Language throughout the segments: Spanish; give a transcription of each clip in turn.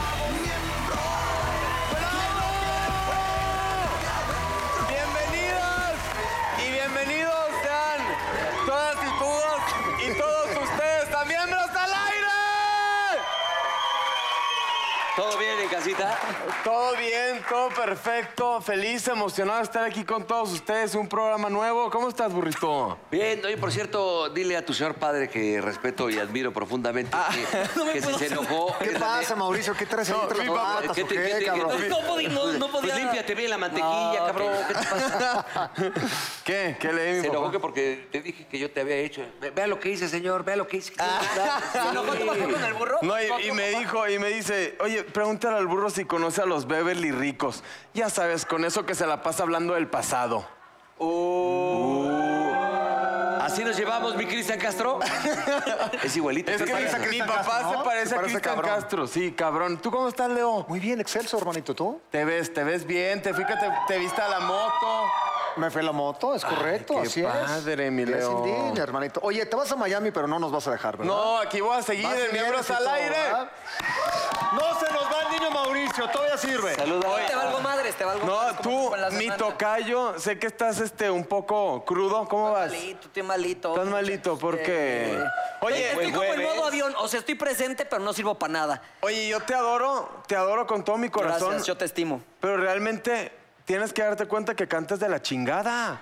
vamos miembros. Bienvenidas y bienvenidos sean todas y todos y todos ustedes también miembros al aire. ¿Todo bien en casita? Todo bien, todo perfecto, feliz, emocionado de estar aquí con todos ustedes, un programa nuevo. ¿Cómo estás, burrito? Bien, oye, por cierto, dile a tu señor padre que respeto y admiro profundamente Ah, que, que si se enojó. ¿Qué es la pasa, ne- Mauricio? ¿Qué traes ahí entre las mi papá- patas? ¿Qué o te- qué, qué te- cabrón? qué te- No podí- no- no Pues podía- límpiate bien la mantequilla, cabrón. ¿Qué te pasa? ¿Qué? ¿Qué leí, mi Se enojó papá? que porque te dije que yo te había hecho. Ve- Vea lo que hice, señor, vea lo que hice. Ah, ¿Se enojó tu papá con el burro? No, y, y me dijo, y me dice, oye, pregúntale al burro si conoce a los Beverly ricos. Ya sabes, con eso que se la pasa hablando del pasado. Así nos llevamos, mi Cristian Castro. Es igualito. Es que Cristian mi, Castro. mi Cristian papá Castro, se ¿no? parece, Se a parece Cristian cabrón. Castro. Sí, cabrón. ¿Tú cómo estás, Leo? Muy bien, excelso, hermanito. ¿Tú? Te ves, te ves bien, te fíjate, te viste a la moto. Me fue la moto, es correcto, qué así es. padre, mi Yes, Leo. indeed, hermanito. Oye, te vas a Miami, pero no nos vas a dejar, ¿verdad? No, aquí voy a seguir Vas en y vienes miembros y al todo, aire. ¿verdad? No se nos va el niño Mauricio, todavía sirve. Saluda. Te valgo madres, te valgo No, madres, como tú, fue la mi semana. tocayo, sé que estás este un poco crudo. ¿Cómo Estoy vas? malito, estoy malito. Estás malito, ¿por qué? Eh, Oye, estoy el como en jueves. modo avión, o sea, estoy presente, pero no sirvo para nada. Oye, yo te adoro, te adoro con todo mi corazón. Gracias, yo te estimo. Pero realmente tienes que darte cuenta que cantas de la chingada.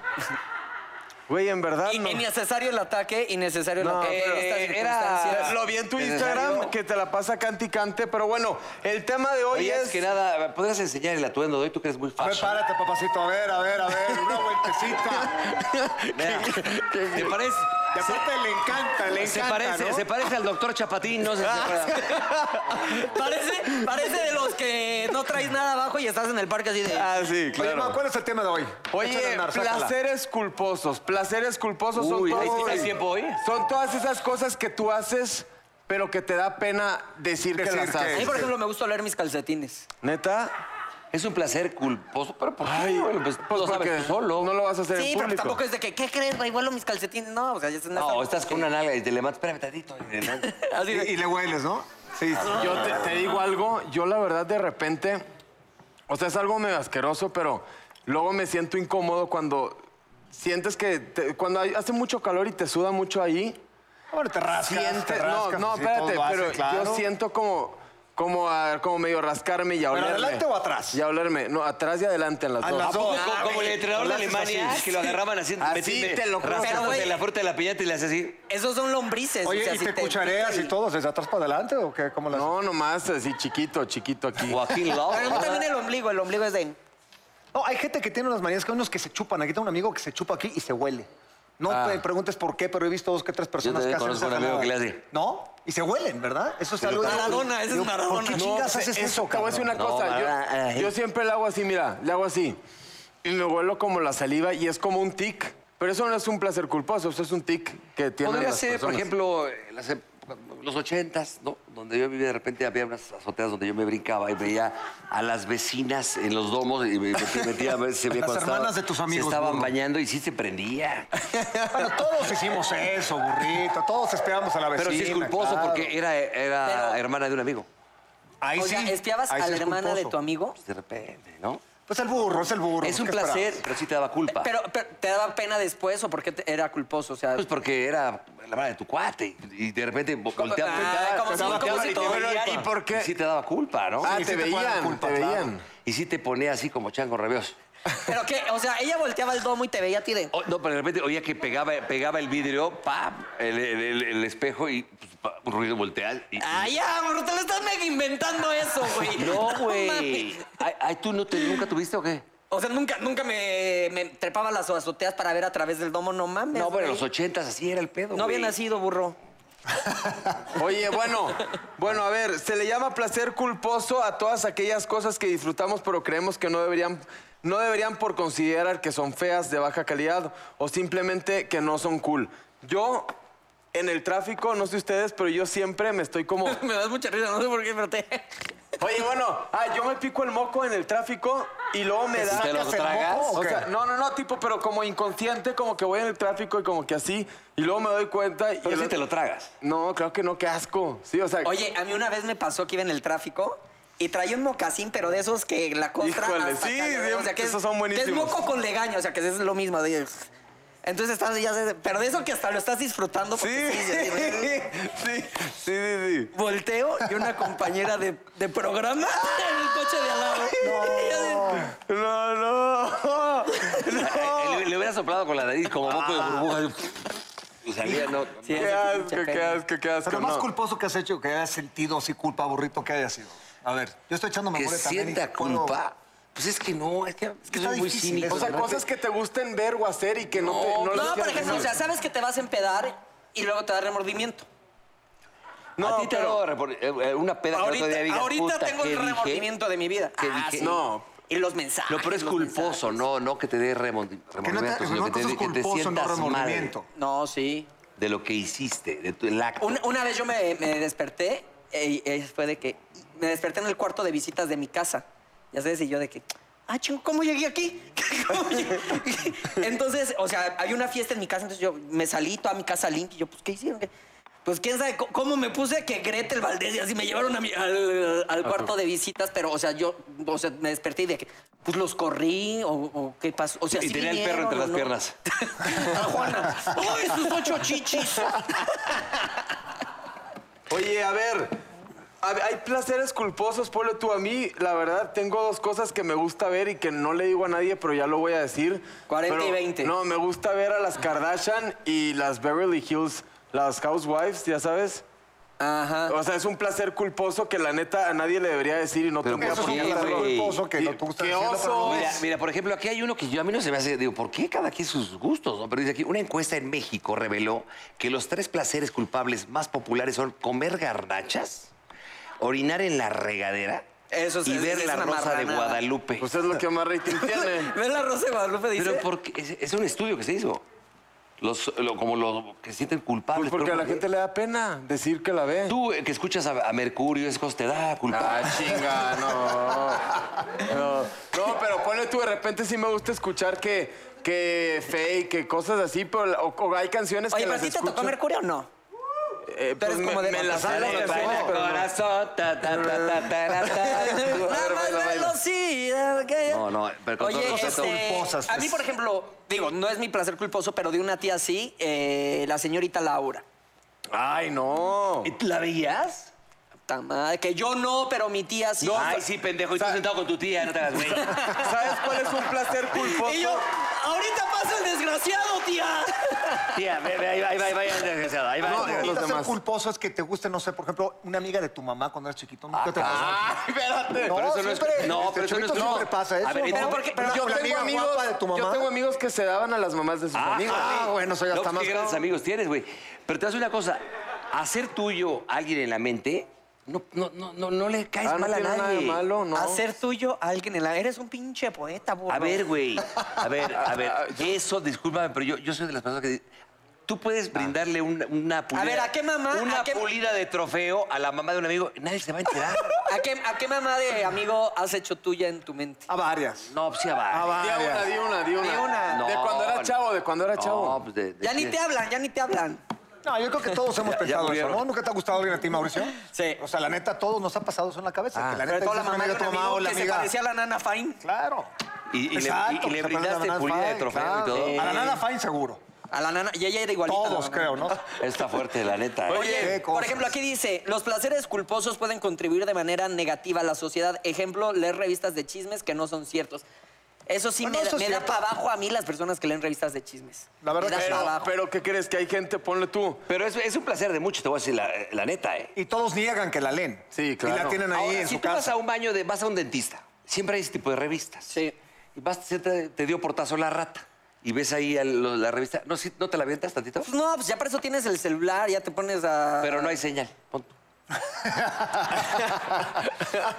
Güey, en verdad Y- no. Innecesario el ataque, innecesario el No, ataque. pero- en estas Eh, circunstancias. era- Lo vi en tu Necesario. Instagram que te la pasa cante y cante, pero bueno, el tema de hoy Oye, es antes que nada, ¿podrías enseñar el atuendo de hoy? Tú que eres muy Ah, fashion. Prepárate, papacito. A ver, a ver, a ver. Una vueltecita. Vea. ¿Te parece? Y aparte le encanta, le Se encanta, parece, ¿no? se parece al doctor Chapatín, no sé si se acuerda. Ah, Parece, parece de los que no traes nada abajo y estás en el parque así de. Ah, sí, Oye, Ma, claro. ¿cuál es el tema de hoy? Échale, Oye, Nar, sácala. placeres culposos. Placeres culposos Uy, son ¿hay- todos- hay tiempo hoy? Son todas esas cosas que tú haces, pero que te da pena decir, que Decir las que- a mí, haces. por ejemplo, me gusta oler mis calcetines. ¿Neta? Es un placer culposo, pero ¿por qué? Ay, Bueno, pues, pues lo sabes porque tú solo. No lo vas a hacer Sí, en pero pues público. tampoco es de que, ¿qué crees, güey? Vuelo mis calcetines. No, o sea, ya se No, estás con una nalga y te levantas, espérame tantito. eh, y te- Así de- Y, y le hueles, ¿no? Sí, sí. Yo te, te digo algo, yo la verdad de repente, o sea, es algo medio asqueroso, pero luego me siento incómodo cuando sientes que, te- cuando hay- hace mucho calor y te suda mucho ahí, Ahora te rascas, te sientes, no, rascas, no, así, todo espérate, lo hace, pero yo claro. siento como, como, a- como medio rascarme y a ¿Pero olerme. adelante o atrás? Y a olerme, no, atrás y adelante en las A dos. las ¿A poco? dos. Como, como el entrenador de Alemania, que lo agarraban así, Así metiéndole- te lo juro. rascándose Pero, güey. la fruta de la piñata y le haces así. Esos son lombrices. o Oye, sea, ¿y si te cuchareas y todo desde atrás para adelante o qué? ¿Cómo las No, nomás así chiquito, chiquito aquí. Joaquín Love. Pero a mí también el ombligo, el ombligo es de. No, hay gente que tiene unas manías que hay unos que se chupan. Aquí tengo un amigo que se chupa aquí y se huele. No te preguntes por qué, pero he visto dos que tres personas también que hacen conozco esa un amigo jalada. que le hace. ¿No? Y se huelen, ¿verdad? Eso es algo... de- Maradona, ese es Digo, ¿Por Maradona. qué No, chingas se- haces eso, Te voy a decir una cabrón? cosa. ¿verdad? yo, yo siempre le hago así, mira, le hago así. Y me huelo como la saliva y es como un tic. Pero eso no es un placer culposo, eso es un tic que tiene. Podría ser, por ejemplo, las ep- los ochentas, ¿no? Donde yo vivía, de repente había unas azoteas donde yo me brincaba y veía a las vecinas en los domos y me me metía a ver si se veía Las cuando hermanas estaban- de tus amigos, Se estaban burro. bañando y sí se prendía. Bueno, todos hicimos eso, burrito. Todos esperamos a la vecina. Pero Pues sí es culposo claro. porque era, era Pero- hermana de un amigo. Ahí o sí. sea, espiabas ahí a sí la es hermana de culposo. tu amigo. Pues de repente, ¿no? Pues el burro, es el burro. Es un ¿qué placer, esperabas? pero sí te daba culpa. Pero, pero, ¿te daba pena después o porque era culposo? O sea, Pues porque era la hermana de tu cuate. Y de repente vo- volteaba. Ah, como si- volteaba como si y todo te el veía, día. ¿Y por qué? Y sí te daba culpa, ¿no? Ah, Sí, te sí te puede dar veían, culpa, te claro. veían. Y sí te ponía así como chango rabioso. pero que, o sea, ella volteaba el domo y te veía a ti de. Oh. O- Oh, no, pero de repente oía que pegaba, pegaba el vidrio, ¡pam! El, el- el- el espejo y pues, pa, un ruido volteal. Y, Ay, ya, bro, te lo estás mega inventando eso, güey. No, güey. mames. Ay, ay, ¿tú no te- nunca tuviste o qué? O sea, nunca, nunca me, me trepaba las azoteas para ver a través del domo, no mames. No, pero en güey. los ochentas así era el pedo. No había güey. nacido, burro. Oye, bueno, bueno, a ver, se le llama placer culposo a todas aquellas cosas que disfrutamos, pero creemos que no deberían. No deberían por considerar que son feas, de baja calidad o simplemente que no son cool. Yo, en el tráfico, no sé ustedes, pero yo siempre me estoy como Me das mucha risa, no sé por qué, pero te. Oye, bueno, ah, yo me pico el moco en el tráfico y luego me ¿Te da. los tragas? O ¿O sea, qué? no, no, no, tipo, pero como inconsciente, como que voy en el tráfico y como que así, y luego me doy cuenta. y Pero el si otro- te lo tragas. No, creo que no, qué asco. Sí, o sea. Oye, a mí una vez me pasó que iba en el tráfico y traía un mocasín, pero de esos que la contra... Híjole, hasta sí, acá, güey. sí, que es- esos son buenísimos. Que es moco con legaño, o sea, que es lo mismo. de- Entonces estás ya... sé- Pero de eso que hasta lo estás disfrutando. Sí, porque sí, sí, sí. sí, sí, sí, sí. Volteo y una compañera de, de programa en el coche de al lado. No, no. Eh, eh, Le, le hubiera soplado con la nariz como moco de burbuja. Y salía, no. Sí, Qué hace asco, mucha qué pena. asco, qué asco. Pero lo más no. culposo que has hecho, que hayas sentido así culpa, burrito, que haya sido. A ver, yo estoy echando Que memoria también. y sienta puedo- culpa. Pues es que no, es que, es que está soy muy difícil cínico. eso, O sea, ¿no? cosas que te gusten ver o hacer y que no, te. No, les por quieras ejemplo, o decir. sea, sabes que te vas a empedar y luego te da remordimiento. No, a ti te pero- lo eh, una peda que el Ahorita, otro día digas, ahorita "Puta, tengo ¿qué el dije?". remordimiento de mi vida. ¿Qué Ah, dije? sí. No. Y los mensajes. No, pero es los culposo, no, no que te dé remondi- Que no remordimiento, te, sino no que te, cosas dé- que te culposo, no sientas mal remordimiento. mensajes. No, sí. de lo que hiciste, de tu, el acto. Una, una vez yo me, me desperté, eh, eh, fue de que me desperté en el cuarto de visitas de mi casa. Ya sabes, y yo de que, ah, chingo, ¿cómo llegué aquí? ¿Cómo llegué? entonces, o sea, había una fiesta en mi casa, entonces yo me salí, toda mi casa limpia. Y yo, pues, ¿qué hicieron? ¿Qué? Pues quién sabe co- cómo me puse que Gretel Valdés y así me llevaron a mi- al, al cuarto de visitas, pero, o sea, yo, o sea, me desperté y de que, pues los corrí o, o qué pasó. O sea, y sí tenía el perro entre vinieron, las ¿no? piernas. Ah, Juana, ¡ay, sus ocho chichis! Oye, a ver, a- hay placeres culposos, Polo. Tú a mí, la verdad, tengo dos cosas que me gusta ver y que no le digo a nadie, pero ya lo voy a decir. 40 y Pero, 20. No, me gusta ver a las Kardashian y las Beverly Hills, las Housewives, ya sabes. Ajá. O sea, es un placer culposo que la neta a nadie le debería decir y no Pero tendría Eso pues es por qué un Sí, placer hacerlo. güey. culposo que Y- no te gusta ¡Qué diciendo, pero oso! no Mira, Pues es. mira, por ejemplo, aquí hay uno que yo a mí no se me hace, digo, ¿por qué cada quien sus gustos? no? Pero dice aquí, una encuesta en México reveló que los tres placeres culpables más populares son comer garnachas, orinar en la regadera Eso sí, y es- ver es la una rosa de marranada. Guadalupe. Pues es lo que más rating tiene. ¿Ves la Rosa de Guadalupe? Dice, Pero porque es, es un estudio que se hizo. Los, lo- como los que se sienten culpables. Pues porque pero a la ¿por gente le da pena decir que la ve. qué? Tú eh, que escuchas a, a Mercurio, esas cosas te da Ah, culpa. chinga, no. no. No, pero ponle tú, de repente sí me gusta escuchar que, que fake, que cosas así, pero la- o, o hay canciones Oye, que ¿pero a las ti te escucho. tocó Mercurio o no? Eh, Tú eres pues me- como de me las Monterrey, sé las ¿no? canciones, pero no. Corazón, ta, ta, ta, ta, ta, ta. Nada baila, más baila. velocidad. que- No, no, pero con Oye, todo respeto. este, Culposas, a pues. mí, por ejemplo, digo, no es mi placer culposo, pero de una tía sí, eh, la señorita Laura. Ay, no. ¿La veías? Puta madre, Que yo no, pero mi tía sí. Ay, sí, pendejo. Y tú sentado con tu tía, no te hagas güey. ¿Sabes cuál es un placer culposo? Y yo, ahorita pasa el desgraciado, tía. Tía, ve, ve, ahí va, ahí va, ahí va, el desgraciado, ahí va. No, el desgraciado. Ahorita los ser demás. culposo es que te guste, no sé, por ejemplo, una amiga de tu mamá cuando eras chiquito. Ah, ¿Nunca te pasó? Ay, espérate. No, pero eso no es- siempre, no, desde pero eso no es- chavito siempre no. pasa eso, A ver, ¿no? pero porque- pero La- yo la tengo amiga amigos, guapa de tu mamá. yo tengo amigos que se daban a las mamás de sus amigos. ah, bueno, eso ya No, está pues, más Qué grandes cabrón. amigos tienes, güey. Pero te hace una cosa. Hacer tuyo a alguien en la mente, no, no, no, no, no le caes Ah, no mal a tiene nada de nadie. malo, no. Hacer tuyo a alguien en la... Eres un pinche poeta, burro. A ver, güey. A ver, a ver. Eso, discúlpame, pero yo, yo soy de las personas que. di- Tú puedes brindarle una, una pulida. ver, ¿a qué mamá? Una ¿A qué- pulida de trofeo a la mamá de un amigo. Nadie se va a enterar. ¿A qué, ¿A qué mamá de amigo has hecho tuya en tu mente? A varias. No, pues sí, va. A Di una, varias. di una, di una. Di una. De No, cuando era chavo, de cuando era chavo. No, pues de, de- Ah, Ya ni te hablan, ya ni te hablan. No, yo creo que todos hemos pensado eso, murieron. ¿no? ¿Nunca te ha gustado alguien a ti, Mauricio? Sí. O sea, la neta, a todos nos ha pasado eso en la cabeza. Ah. Pues que la Pero neta, toda la dices, mamá de "Amiga, un amigo que se parecía a la nana Fine. Claro. Y, y le- y- y Exacto, le se parece a la brindaste Nana pulida de Fine, trofeo y claro. todo. A la nana Fine seguro. A la nana, y ella era igualita. a la Todos, nana. creo, ¿no? Está fuerte, la neta. ¿eh? Qué Oye, cosas. por ejemplo, aquí dice, los placeres culposos pueden contribuir de manera negativa a la sociedad. Ejemplo, leer revistas de chismes que no son ciertos. Eso sí Bueno, me, da- eso es me da cierto. para abajo a mí las personas que leen revistas de chismes. La verdad Me da que sí. pa' Pero, abajo. pero, ¿qué crees? Que hay gente, ponle tú. Pero es, es un placer de mucho, te voy a decir la, la neta, ¿eh? Y todos niegan que la leen. Sí, claro. Y la tienen ahí Ahora, en si su tú vas casa. a un baño, de, vas a un dentista, siempre hay ese tipo de revistas. Sí. Y vas, se te, te dio portazo la rata. Y ves ahí a lo- la revista. ¿No, sí- ¿No te la avientas tantito? Pues no, pues ya para eso tienes el celular, ya te pones a... Pero no hay señal. Pon tú.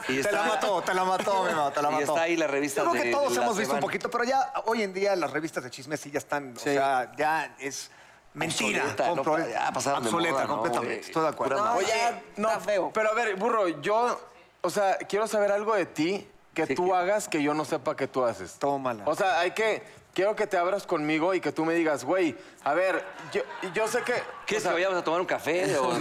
y Te la mató, te la mató, mi mamá, te la y mató. está ahí la revista Yo creo de que todos la hemos visto un semana. poquito, pero ya hoy en día las revistas de chismes sí ya están, o sea, ya es mentira. Obsoleta, ¿no? compro- Ya pasaron de obsoleta, moda, ¿no, completamente. güey? Estoy de acuerdo. No, Oye, Ah, ya no, está feo. pero a ver, burro, yo, o sea, quiero saber algo de ti que Sí, tú que- hagas que yo no sepa que tú haces. Tómala. O sea, hay que. Quiero que te abras conmigo y que tú me digas, güey, a ver, yo, yo sé que. ¿Quieres o sea, que vayamos a tomar un café? o-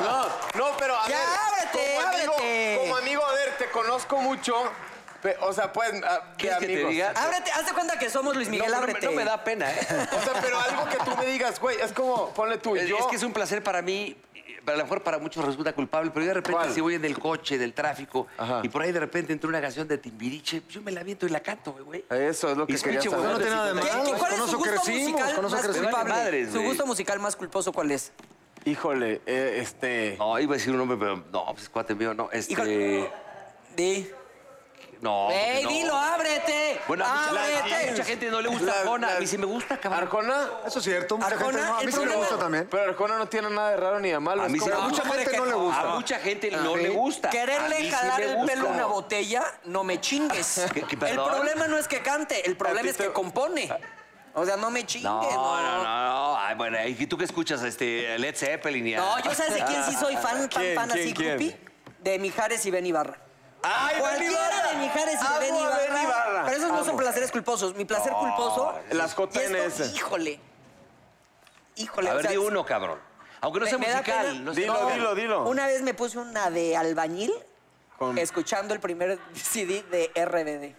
No, no, pero a Ya, ver. ábrete, como amigo- ábrete. como amigo, a ver, te conozco mucho. pe- o sea, pues. a- de ¿Quieres que te amigos. diga? Ábrete, hazte cuenta que somos Luis Miguel, no, no me- ábrete. no me da pena, ¿eh? O sea, pero algo que tú me digas, güey, es como, ponle tú. Es, yo, es que es un placer para mí, eh, a lo mejor para muchos resulta culpable, pero yo de repente ¿Cuál? si voy en el coche, del tráfico, Ajá. y por ahí de repente entra una canción de Timbiriche, yo me la viento y la canto, güey. Eso es lo que Y quería escucho, saber. güey, No tiene nada de ¿Qué- malo. qué- ¿Cuál es Con su eso gusto crecimos, musical con eso más crecimos. culpable? Vale madres, ¿Su güey. gusto musical más culposo cuál es? Híjole, eh, este. No, iba a decir un nombre, pero no, pues cuate mío, no. Este. Híjole. Di. No. ¡Ey, Oh, no. dilo, Ah, ábrete! Bueno, a mucha, ¡Ábrete! a mucha gente no le gusta La- Arjona. la- A mí sí me gusta, cabrón. ¿Arjona? Eso es cierto. Mucha Arjona, gente no. A el mí sí me problema- gusta también. Pero Arjona no tiene nada de raro ni de malo. A es mí sí como- me Pero a gusta. mucha hombre, gente que no le no. A gusta. mucha gente no le gusta. A mí Quererle sí jalar me el gusta. pelo a una botella, no me chingues. ¿Qué- qué, el perdón? problema no es que cante, el A ti problema es te- que compone. O sea, no me chingues. No, No, no, no, no. Ay, bueno, ¿y tú qué escuchas? Este, Led Zeppelin y a- No, yo sabes de quién sí soy fan, fan, ¿Quién, fan, así, quién, quién? groupie, de Mijares y Ben Ibarra. ¡Ay, Ben Cualquiera Ibarra! de Mijares y Ben Amo a Ibarra. Ben Ibarra. Pero esos no son Amo. placeres culposos. Mi placer culposo... las y esto, JNS. Híjole. Híjole. A o ver, sea, di uno, cabrón. Aunque no me- sea me da pena. musical. No sé. Dilo, No, dilo, dilo. Una vez me puse una de albañil Con- escuchando el primer CD de RBD.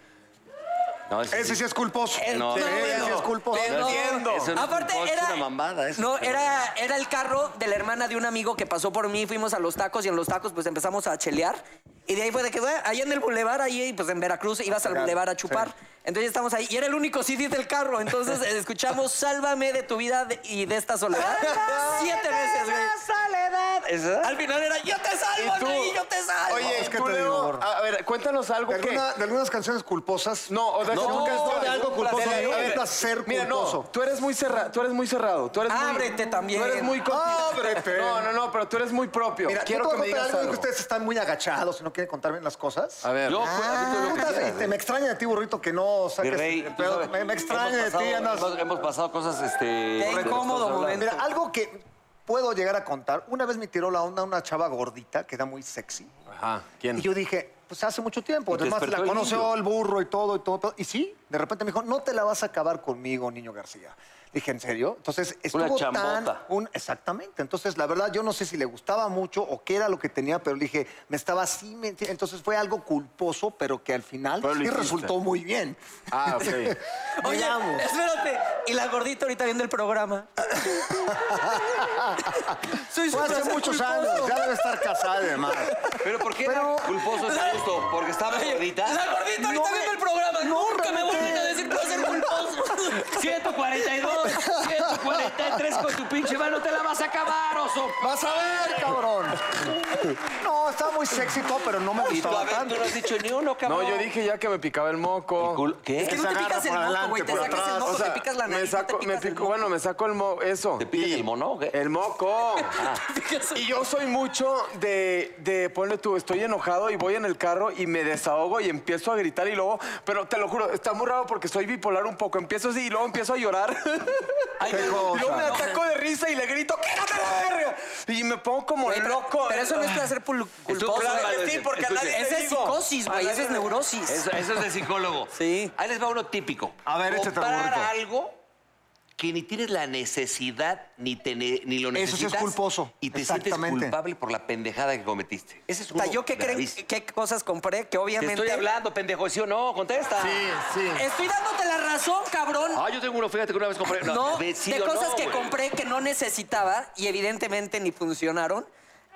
No, Ese sí es culposo. El- No, Ese no, sí no. es culposo. Te No, entiendo. Eso no es Aparte, culposo, es era, una mamada, eso. no, era, era el carro de la hermana de un amigo que pasó por mí, fuimos a los tacos y en los tacos pues empezamos a chelear. Y de ahí fue de que, bueno, ahí en el bulevar, ahí pues en Veracruz ibas al Claro, bulevar a sí. chupar. Entonces estamos ahí y era el único CD del carro. Entonces eh, escuchamos Sálvame de tu vida de- y de esta soledad. Siete veces, güey. ¿Esa? Al final era, yo te salvo, ¿Y tú? Ney, yo te salvo. Oye, Es que tú, te digo, Leo, gordo. a ver, cuéntanos algo De, que... alguna- de algunas canciones culposas. No, o de No, que nunca es de algo no, culposo, placer, no, a ver, es placer Mira, no, culposo. tú eres muy cerrado, tú eres muy cerrado, tú eres muy- Ábrete también. Tú eres muy co- Ábrete. No, no, no, pero tú eres muy propio. Mira, Quiero yo que te me voy a contar digas algo, algo. que ustedes están muy agachados y no quieren contar bien las cosas. A ver. Yo, pues, a mí todo lo Ah, que Puta, quieras, te- me extraña de ti, burrito, que no Mi saques. rey, el tú pedo. sabes, me, me extraña hemos de ti, pasado- andas. Hemos, hemos pasado cosas, este... correctas, incómodo cosas habladas. momento. Mira, algo que puedo llegar a contar. Una vez me tiró la onda una chava gordita que era muy sexy. Ajá, ¿quién? Y yo dije, pues hace mucho tiempo. Y te Además, la despertó el conoció niño. el burro y todo, y todo, todo. Y sí, de repente me dijo, no te la vas a acabar conmigo, niño García. Dije, ¿en serio? Entonces, estuvo Una tan... chambota. un- exactamente. Entonces, la verdad, yo no sé si le gustaba mucho o qué era lo que tenía, pero le dije, me estaba así... me enti- Entonces, fue algo culposo, pero que al final Pero lo sí hiciste. resultó muy bien. Ah, ok. Oye, Digamos. espérate. Y la gordita ahorita viendo el programa. Soy su Fue hace placer muchos culposo. años. Ya debe estar casada, además. Pero ¿por qué Pero- era culposo ese gusto? Porque estaba gordita. La gordita ahorita me- viendo el programa. no, Nunca me realmente- vuelven a decir placer culposo. 142, 143 con tu pinche mano, te la vas a acabar, oso. ¡Vas a ver, cabrón! No, estaba muy sexy y todo, pero no me Y tú, gustaba a ver, tanto. tú no has dicho ni uno, No, cabrón. yo dije ya que me picaba el moco. El culo- ¿Qué? Es que no se te agarra picas el por moco, adelante, güey. Te por sacas el atrás, moco, o te picas la me nariz. saco, te me picas el pico, bueno, me saco el mo eso. ¿Te picas el mono o qué? Eh, El moco. moco. Y yo soy mucho de, de, ponle tú, estoy enojado y voy en el carro y me desahogo y empiezo a gritar y luego, pero te lo juro, está muy raro porque soy bipolar un poco. Empiezo así y luego empiezo a llorar. Ay, Qué no, cosa. Y luego me ataco de risa y le grito, quítate la verga. Y me pongo como Güey, pero- loco. Pero eso no es placer pul- culposo. claro, güey. sí, porque a Escuche. nadie le Esa es digo. psicosis, A güey. nadie Eso es le- neurosis. Eso, eso es de psicólogo. Sí. Ahí les va uno típico. A ver, échate, Comprar Roberto. algo que ni tienes la necesidad ni, te ne- ni lo Eso sí es necesitas. culposo. Y te sientes Exactamente. culpable por la pendejada que cometiste. Ese es O sea, uno ¿yo qué creen? gravísimo. ¿Qué cosas compré? Que Te obviamente... estoy hablando, pendejo. ¿Sí o no? Contesta. sí. Estoy dándote la razón, cabrón. Ah, yo tengo uno, fíjate que una vez compré. No, ve, sí de o cosas no, que güey. compré que no necesitaba y evidentemente ni funcionaron.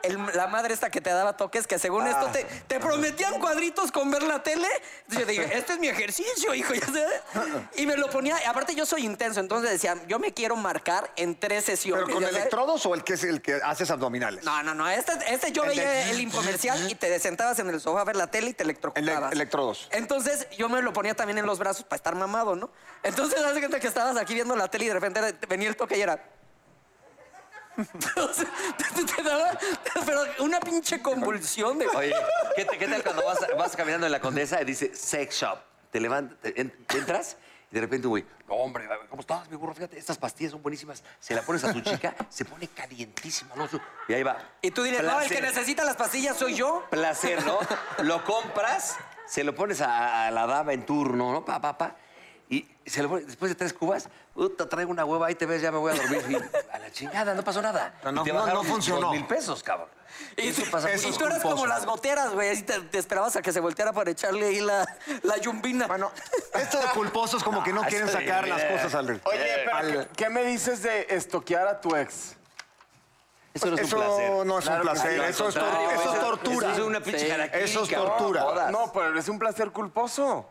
El- la madre esta que te daba toques, que según Ah. esto te, te prometían cuadritos con ver la tele. Yo dije, este es mi ejercicio, hijo, ya sabes. Ah, Y me lo ponía, aparte yo soy intenso, entonces decía, yo me quiero marcar en tres sesiones. ¿Pero con ya sabes. electrodos o el que es el que haces abdominales? No, no, no. Este, este yo veía el infomercial y te sentabas en el sofá a ver la tele y te electrocutabas. Ele- electrodos. Entonces yo me lo ponía también en los brazos para estar mamado, ¿no? Entonces hace cuenta que estabas aquí viendo la tele y de repente era- venía el toque y era. O sea, te, te daba pero una pinche convulsión de. Oye, ¿qué, te- qué tal cuando vas, vas caminando en la condesa y dice sex shop? Te levantas, te- en- entras Y de repente, güey, no, hombre, ¿cómo estás, mi burro? Fíjate, estas pastillas son buenísimas. Se la pones a tu chica, se pone calientísima, ¿no? Y ahí va. Y tú dirías, no, el que Placer. necesita las pastillas soy yo. placer, ¿no? Lo compras, se lo pones a, a la dama en turno, ¿no? Pa, pa, pa. Y se lo pones- después de tres cubas, te traigo una hueva, ahí te ves, ya me voy a dormir. Y a la chingada, no pasó nada. No, no, Y te no, bajaron no funcionó. dos mil pesos, cabrón. Y, Eso pasa y mucho. tú eras como Culposo. las goteras, güey. Así te, te esperabas a que se volteara para echarle ahí la, la yumbina. Bueno, esto de culposos como que no quieren eso sacar de- las cosas al... Eh, Oye, pues pero ¿qué, al- qué me dices de estoquear a tu ex? Eso no es Eso un placer. no es un Claro que placer, sí, al eso es, tor- contrario, eso es eso- tortura. eso es una pinche jaraquiri, Eso es cabrón. tortura. Jodas. No, pero es un placer culposo.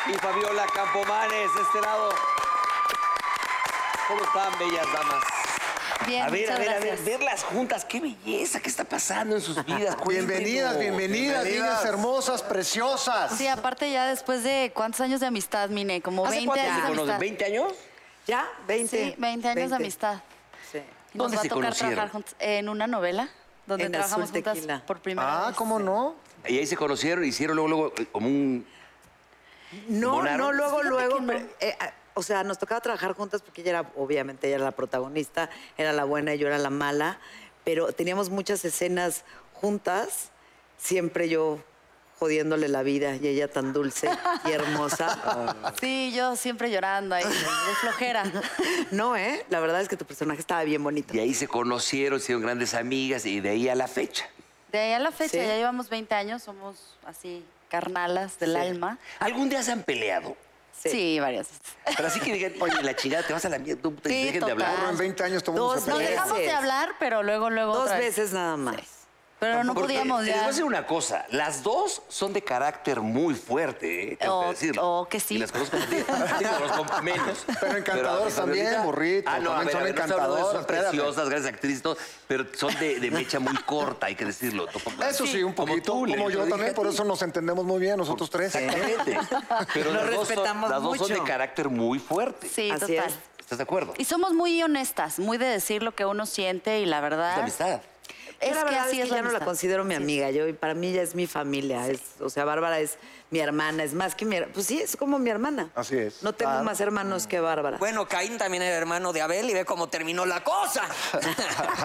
Y Fabiola Campomanes, de este lado. ¿Cómo están, bellas damas? Bien, a ver, muchas a ver, a gracias. ver, verlas juntas, qué belleza, qué está pasando en sus vidas. Cuéntenos. Bienvenidas, bienvenidas, niñas hermosas, preciosas. Sí, aparte ya después de cuántos años de amistad, Mine, como ¿Hace 20 cuánto se años de amistad. conocen? ¿20 años? ¿Ya? 20. Sí, 20 años de amistad. Sí. Y Nos ¿Dónde va a se tocar conocieron? trabajar juntos en una novela donde En trabajamos Azul juntas Tequila. por primera Ah, vez. ¿cómo no? Y ahí se conocieron, hicieron luego, luego eh, como un No, ¿Monaron? no, luego, Fíjate luego. que no. pero, eh, ah, o sea, nos tocaba trabajar juntas porque ella era, obviamente, ella era la protagonista, era la buena y yo era la mala, pero teníamos muchas escenas juntas, siempre yo jodiéndole la vida y ella tan dulce y hermosa. Sí, yo siempre llorando ahí, de flojera. No, ¿eh? La verdad es que tu personaje estaba bien bonito. Y ahí se conocieron, hicieron grandes amigas y de ahí a la fecha. De ahí a la fecha, Sí. ya llevamos 20 años, somos así carnalas del Sí. alma. ¿Algún día se han peleado? Sí, varias veces. Pero así que digan, oye, la chingada, te vas a la mierda, tú, te Sí, dejen de Pero hablar. total. en 20 años tomamos Dos, a Nos Veces. dejamos de hablar, pero luego, luego Dos otra vez. veces nada más. Pero no Porque podíamos te Les voy ya. a decir una cosa, las dos son de carácter muy fuerte, ¿eh? tengo que Oh, decirlo. oh, que sí. Y las conozco también, sí, las conozco menos. Pero encantadoras también, ahorita- burrito, Ah, no, a también son ver, a ver, no estoy hablando de encantadoras, Son espérate. preciosas, grandes actrices, y todo, pero son de, de mecha muy corta, hay que decirlo. Eso sí, un Como poquito, tú, como, yo Lenny, lo dije también, a por ti. eso nos entendemos muy bien nosotros tres. Exactamente. Pero Nos las dos son, respetamos las dos son de mucho. carácter muy fuerte. Sí, Así total. es. ¿Estás de acuerdo? Y somos muy honestas, muy de decir lo que uno siente y la Es verdad. de amistad. Yo Es la que verdad así es es, que ya no la amistad. considero mi amiga. Yo y para mí ella es mi familia. Es, o sea, Bárbara es mi hermana, es más que mi her- Pues sí, es como mi hermana. Así es. No tengo Claro. más Mm. hermanos que Bárbara. Bueno, Caín también era hermano de Abel y ve cómo terminó la cosa.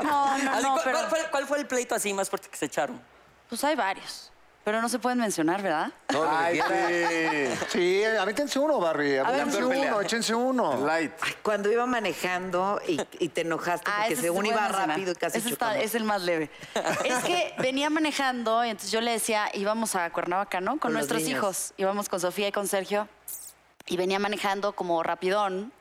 No, no, Así, no, ¿cuál, pero- cuál fue, cuál fue el pleito así más fuerte que se echaron? Pues hay varios, pero no se pueden mencionar, ¿verdad? Todo lo que Ay, quieras. sí. Sí, avítense uno, Barbie, avítense peor pelea. uno, échense uno. Light. Cuando iba manejando y, y te enojaste porque ese Ah, sí según se iba puede mencionar. rápido y casi Ese está- chocamos. Es el más leve. es que venía manejando y entonces yo le decía, íbamos a Cuernavaca, ¿no? Con, Con los nuestros niños. hijos. Íbamos con Sofía y con Sergio y venía manejando como rapidón.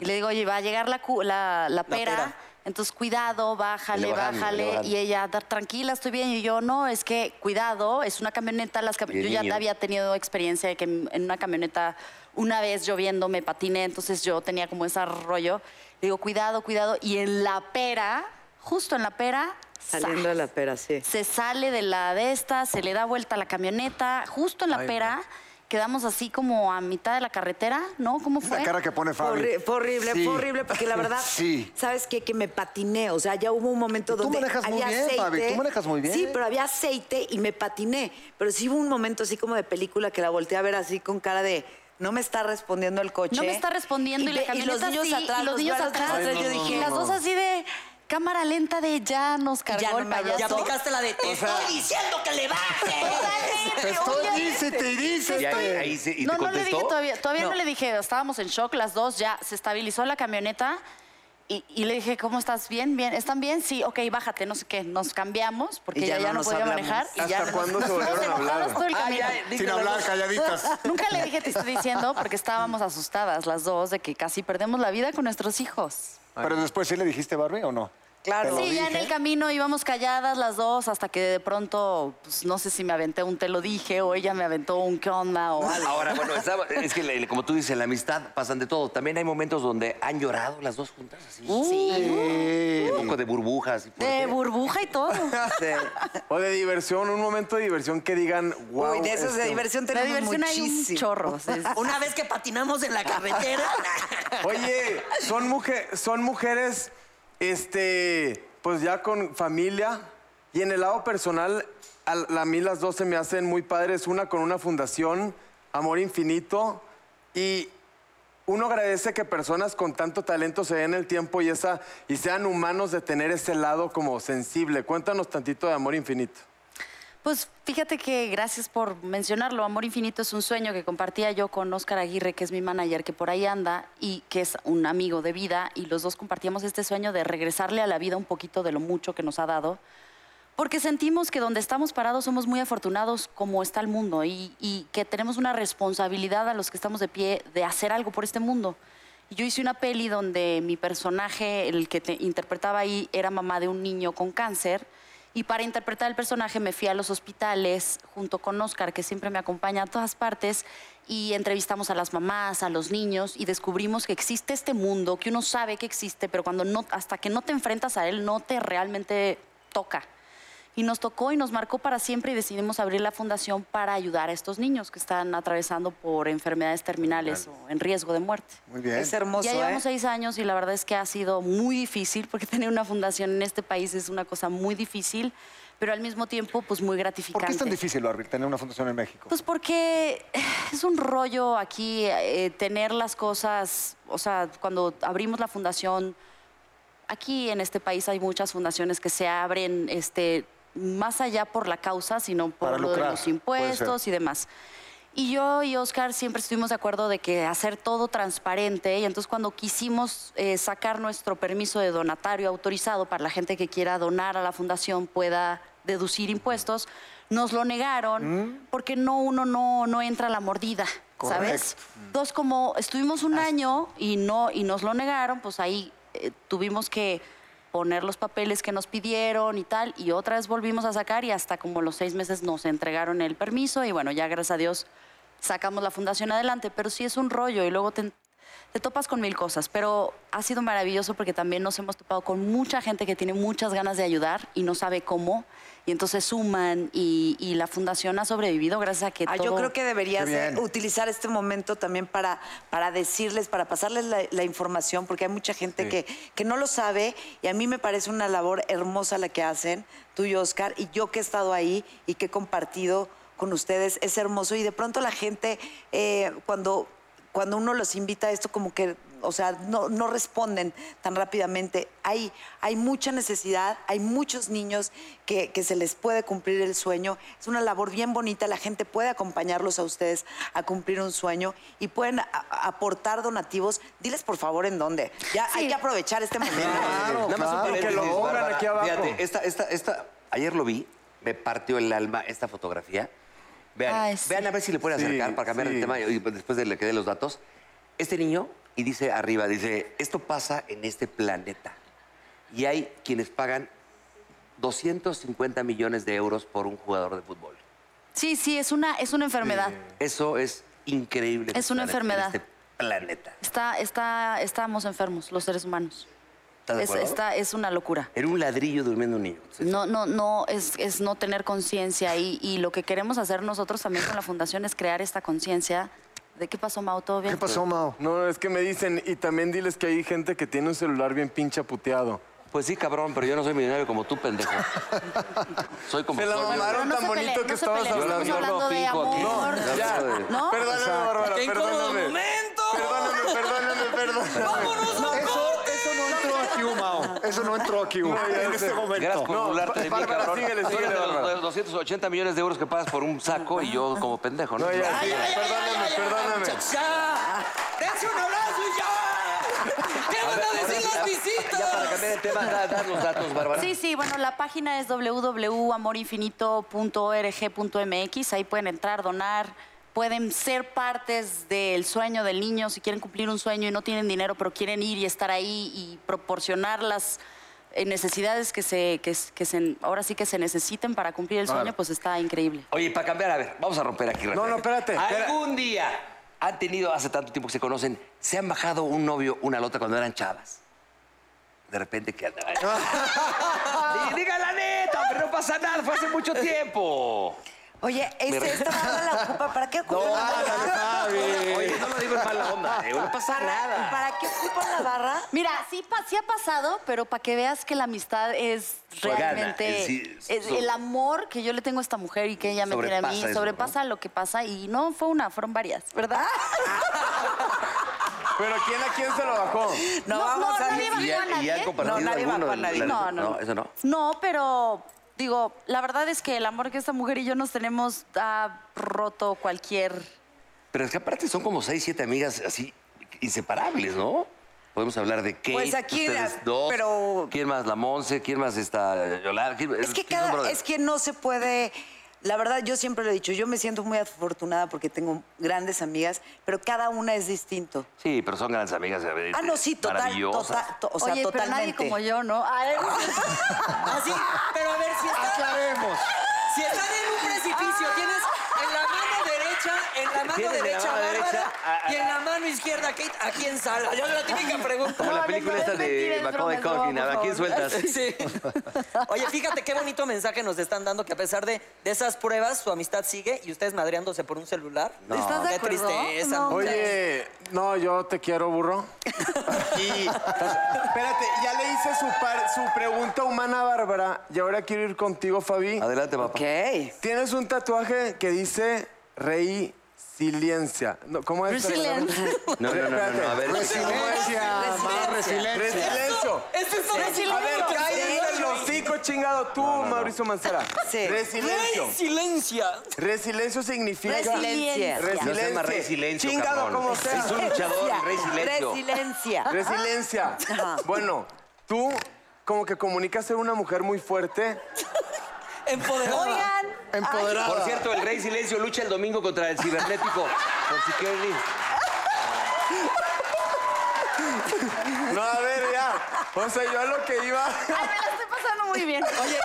Y le digo, oye, va a llegar la, cu- la, la pera. pera. Entonces, cuidado, bájale, Le bajando, le bájale. bajando. Y ella, "Da- tranquila, estoy bien. Y yo, no, es que cuidado, es una camioneta. Las cam- Y el yo ya niño. había tenido experiencia de que en en una camioneta una vez lloviendo me patiné, entonces yo tenía como ese rollo. Le digo, cuidado, cuidado. Y en la pera, justo en la pera, Saliendo ¡zas! de la pera, sí. se sale de la de esta, se le da vuelta a la camioneta, justo en la pera. Quedamos así como a mitad de la carretera, ¿no? ¿Cómo fue? La cara que pone Fue, Fabi. horri- fue horrible, Sí. fue horrible, porque la verdad, Sí. ¿sabes qué? Que me patiné. O sea, ya hubo un momento Tú donde. manejas muy había bien, aceite. Fabi, tú manejas muy bien. Sí, pero había aceite y me patiné. Pero sí hubo un momento así como de película que la volteé a ver así con cara de. No me está respondiendo el coche. No me está respondiendo y, la ve- camioneta los niños sí, atrás. y los niños brazos atrás. yo dije, y las dos así de, cámara lenta de ya nos cargó Ya no el me habló. payaso. Y aplicaste la de te estoy diciendo que le bajes. Totalmente, oye. te dice. Y ahí, ahí se- y no, te no le contestó. dije todavía, todavía no. No. le dije, estábamos en shock las dos, ya se estabilizó la camioneta y, y le dije, ¿cómo estás? ¿Bien? ¿Bien? ¿Están bien? Sí, ok, bájate, no sé qué, nos cambiamos porque Y ya ella ya no no, nos podía hablamos. manejar. y ¿Hasta ya no nos- cuándo se nos fuimos volvieron a hablar? enojadas todo el Ah, camino. ya, Sin díganlo. hablar, calladitas. Nunca le dije, te estoy diciendo, porque estábamos asustadas las dos de que casi perdemos la vida con nuestros hijos. Pero después sí le dijiste Barbie o no. Claro. Sí, ya en el camino íbamos calladas las dos hasta que de pronto, pues, no sé si me aventé un te lo dije o ella me aventó un qué onda o algo. Ahora, bueno, estaba- es que le- como tú dices, en la amistad pasan de todo. También hay momentos donde han llorado las dos juntas así. Un poco de burbujas. y Uh, De fuerte. burbuja y todo. O de diversión, un momento de diversión que digan, este wow. Uy, de esos este. de diversión La tenemos diversión hay un muchísimo. chorro. sí, sí. Una vez que patinamos en la carretera. Oye, son, muje- son mujeres, este, pues ya con familia. Y en el lado personal, al- a, mí las dos se me hacen muy padres. Una con una fundación, Amor Infinito. Y uno agradece que personas con tanto talento se den el tiempo y, esa, y sean humanos de tener ese lado como sensible. Cuéntanos tantito de Amor Infinito. Pues fíjate que gracias por mencionarlo. Amor Infinito es un sueño que compartía yo con Óscar Aguirre, que es mi manager, que por ahí anda y que es un amigo de vida. Y los dos compartíamos este sueño de regresarle a la vida un poquito de lo mucho que nos ha dado. Porque sentimos que donde estamos parados somos muy afortunados como está el mundo y, y que tenemos una responsabilidad a los que estamos de pie de hacer algo por este mundo. Y Yo hice una peli donde mi personaje, el que te- interpretaba ahí, era mamá de un niño con cáncer. Y para interpretar el personaje me fui a los hospitales junto con Oscar, que siempre me acompaña a todas partes, y entrevistamos a las mamás, a los niños, y descubrimos que existe este mundo, que uno sabe que existe, pero cuando no, hasta que no te enfrentas a él, no te realmente toca. Y nos tocó y nos marcó para siempre y decidimos abrir la fundación para ayudar a estos niños que están atravesando por enfermedades terminales o en riesgo de muerte. Muy bien. Es hermoso, ya llevamos ¿eh? seis años y la verdad es que ha sido muy difícil porque tener una fundación en este país es una cosa muy difícil, pero al mismo tiempo pues muy gratificante. ¿Por qué es tan difícil, Barbie, tener una fundación en México? Pues porque es un rollo aquí eh, tener las cosas, o sea, cuando abrimos la fundación, aquí en este país hay muchas fundaciones que se abren este, más allá por la causa, sino por Para lo de lucrar, los puede ser. impuestos y demás. Y yo y Oscar siempre estuvimos de acuerdo de que hacer todo transparente. Y entonces cuando quisimos eh, sacar nuestro permiso de donatario autorizado para la gente que quiera donar a la fundación pueda deducir impuestos, nos lo negaron porque no uno no, no entra a la mordida, ¿sabes? Entonces como estuvimos un año y no y nos lo negaron, pues ahí eh, tuvimos que poner los papeles que nos pidieron y tal, y otra vez volvimos a sacar y hasta como los seis meses nos entregaron el permiso y bueno, ya gracias a Dios sacamos la fundación adelante, pero sí es un rollo y luego te, te topas con mil cosas, pero ha sido maravilloso porque también nos hemos topado con mucha gente que tiene muchas ganas de ayudar y no sabe cómo, y entonces suman y, y la fundación ha sobrevivido gracias a que... Ah, todo... yo creo que deberías Qué eh, bien. utilizar este momento también para, para decirles, para pasarles la, la información, porque hay mucha gente que, que no lo sabe y a mí me parece una labor hermosa la que hacen tú y Oscar, y yo que he estado ahí y que he compartido con ustedes, es hermoso y de pronto la gente eh, cuando, cuando uno los invita a esto como que... O sea, no, no responden tan rápidamente. Hay, hay mucha necesidad, hay muchos niños que, que se les puede cumplir el sueño. Es una labor bien bonita, la gente puede acompañarlos a ustedes a cumplir un sueño y pueden a- a- aportar donativos. Diles por favor en dónde. Ya hay que aprovechar este momento. Nada más un claro. paréntesis, que lo pongan Bárbara. aquí abajo. Fíjate, esta, esta, esta, ayer lo vi, me partió el alma esta fotografía. Vean, Ay, sí. vean a ver si le pueden Sí, acercar para cambiar sí. el tema y después de le quedé los datos. Este niño, y dice arriba, dice, esto pasa en este planeta. Y hay quienes pagan 250 millones de euros por un jugador de fútbol. Sí, sí, es una, es una enfermedad. Eso es increíble. Es una En enfermedad. Este planeta. Está, está, estamos enfermos los seres humanos. ¿Estás de Es, acuerdo? está, es una locura. Era un ladrillo durmiendo un niño. No, no, no, es, es no tener conciencia y, y lo que queremos hacer nosotros también con la fundación es crear esta conciencia de qué pasó, Mau, todo bien. ¿Qué pasó, Mao? No, es que me dicen, y también diles que hay gente que tiene un celular bien pincha puteado. Pues sí, cabrón, pero yo no soy millonario como tú, pendejo. soy como Se la tú, amigo. mamaron. Pero no tan se bonito que no se estabas peleen, hablando. Estamos hablando de Yo lo amor. finjo aquí. No, Ya. ¿No? Perdóname, Bárbara, ¡Qué incómodo perdóname. momento! Perdóname, perdóname, perdóname. ¡Vámonos, Eso, eso no entró aquí, Mao. Eso no entró aquí, Hugo, en este momento. Gracias por burlarte de mí, Bárbara, cabrón. síguele, Tú eres síguele, de los Bárbara. 280 millones de euros que pagas por un saco y yo como pendejo, ¿no? No, ya, sí, ya, ya, perdóname, ya, ya, perdóname. ¡Ya! ¡Dense un abrazo y ya! ¿Qué van a decir las Ya para visitas? cambiar el tema, da, da los datos, Bárbara. Sí, sí, bueno, la página es www.amorinfinito.org.mx. Ahí pueden entrar, donar, pueden ser partes del sueño del niño. Si quieren cumplir un sueño y no tienen dinero, pero quieren ir y estar ahí y proporcionar las eh, necesidades que se, que, s- que se, ahora sí que se necesiten para cumplir el sueño, pues está increíble. Oye, para cambiar, a ver, vamos a romper aquí. No, no, espérate, espera. Algún día han tenido, hace tanto tiempo que se conocen, se han bajado un novio una a la otra cuando eran chavas. De repente que andaban. Sí, diga la neta, pero no pasa nada, fue hace mucho tiempo. Oye, este, esta banda la ocupa. ¿Para qué ocupan la barra? Ah, Oye, no lo digo en mala onda, eh, no pasa nada. ¿Para qué ocupan la barra? Mira, sí, pa- sí ha pasado, pero para que veas que la amistad es Gana, realmente... es decir, es- so- el amor que yo le tengo a esta mujer y que ella me tiene a mí Sobrepasa eso, Ah, sobrepasa lo que pasa. Y no fue una, fueron varias, ¿verdad? Pero ¿quién a quién se lo bajó? No, No, vamos no, a nadie va- ¿Y, ya, y ya han No, compartido nadie alguno bajó a de- nadie. la- No, no. eso no. No, pero digo, la verdad es que el amor que esta mujer y yo nos tenemos ha roto cualquier... Pero es que aparte son como seis, siete amigas así inseparables, ¿no? Podemos hablar de Kate, Pues aquí, ustedes ah, dos. pero- ¿Quién más? La Monse, ¿quién más está Yolanda? ¿Quién- Es que quién son cada, brothers? es que no se puede. La verdad, yo siempre lo he dicho, yo me siento muy afortunada porque tengo grandes amigas, pero cada una es distinto. Sí, pero son grandes amigas. a ver, Ah, no, sí, total, maravillosas. total, to- o sea, Oye, pero nadie totalmente. como yo, Ah, ¿no? Ay, Así, pero a ver si están, Aclaremos. si están en un precipicio, tienes en la mano derecha, en la mano Tienes en la derecha mano Bárbara derecha a- a- y en la mano izquierda Kate, ¿a quién salva? Yo la típica pregunta. Como No, la no, película no, esta es mentira, de es Macaulay broma, es Culkin. broma, ¿A por quién favor. sueltas? Sí. Oye, fíjate qué bonito mensaje nos están dando que a pesar de, de esas pruebas, su amistad sigue y ustedes madreándose por un celular. ¿Estás de Qué acuerdo? tristeza. No, muchachos. Oye, no, yo te quiero, burro. Y espérate, ya le hice su, par- su pregunta humana a Bárbara y ahora quiero ir contigo, Fabi. Adelante, papá. Ok. Tienes un tatuaje que dice resiliencia. No, ¿Cómo es? Resiliencia. No, no, no, no, no, a ver. Pues, Resiliencia. más resiliencia. Resiliencia. Este es un A ver, silencio. cállate el hocico chingado tú, Mauricio Mancera. Sí. Resiliencia. Güey, silencia. Resiliencia significa... Resiliencia. No se Resiliencia. llama Rey Silencio, Chingado cabrón. como sea. Es un luchador, el Rey Silencio. Resiliencia. Resiliencia. Ajá. Bueno, tú como que comunicas ser una mujer muy fuerte. Empoderada. Oigan. Empoderada. Por cierto, el Rey Silencio lucha el domingo contra el cibernético. Por si quieren ir. No, a ver, ya. O sea, yo a lo que iba... Ay, me la estoy pasando muy bien. Oye,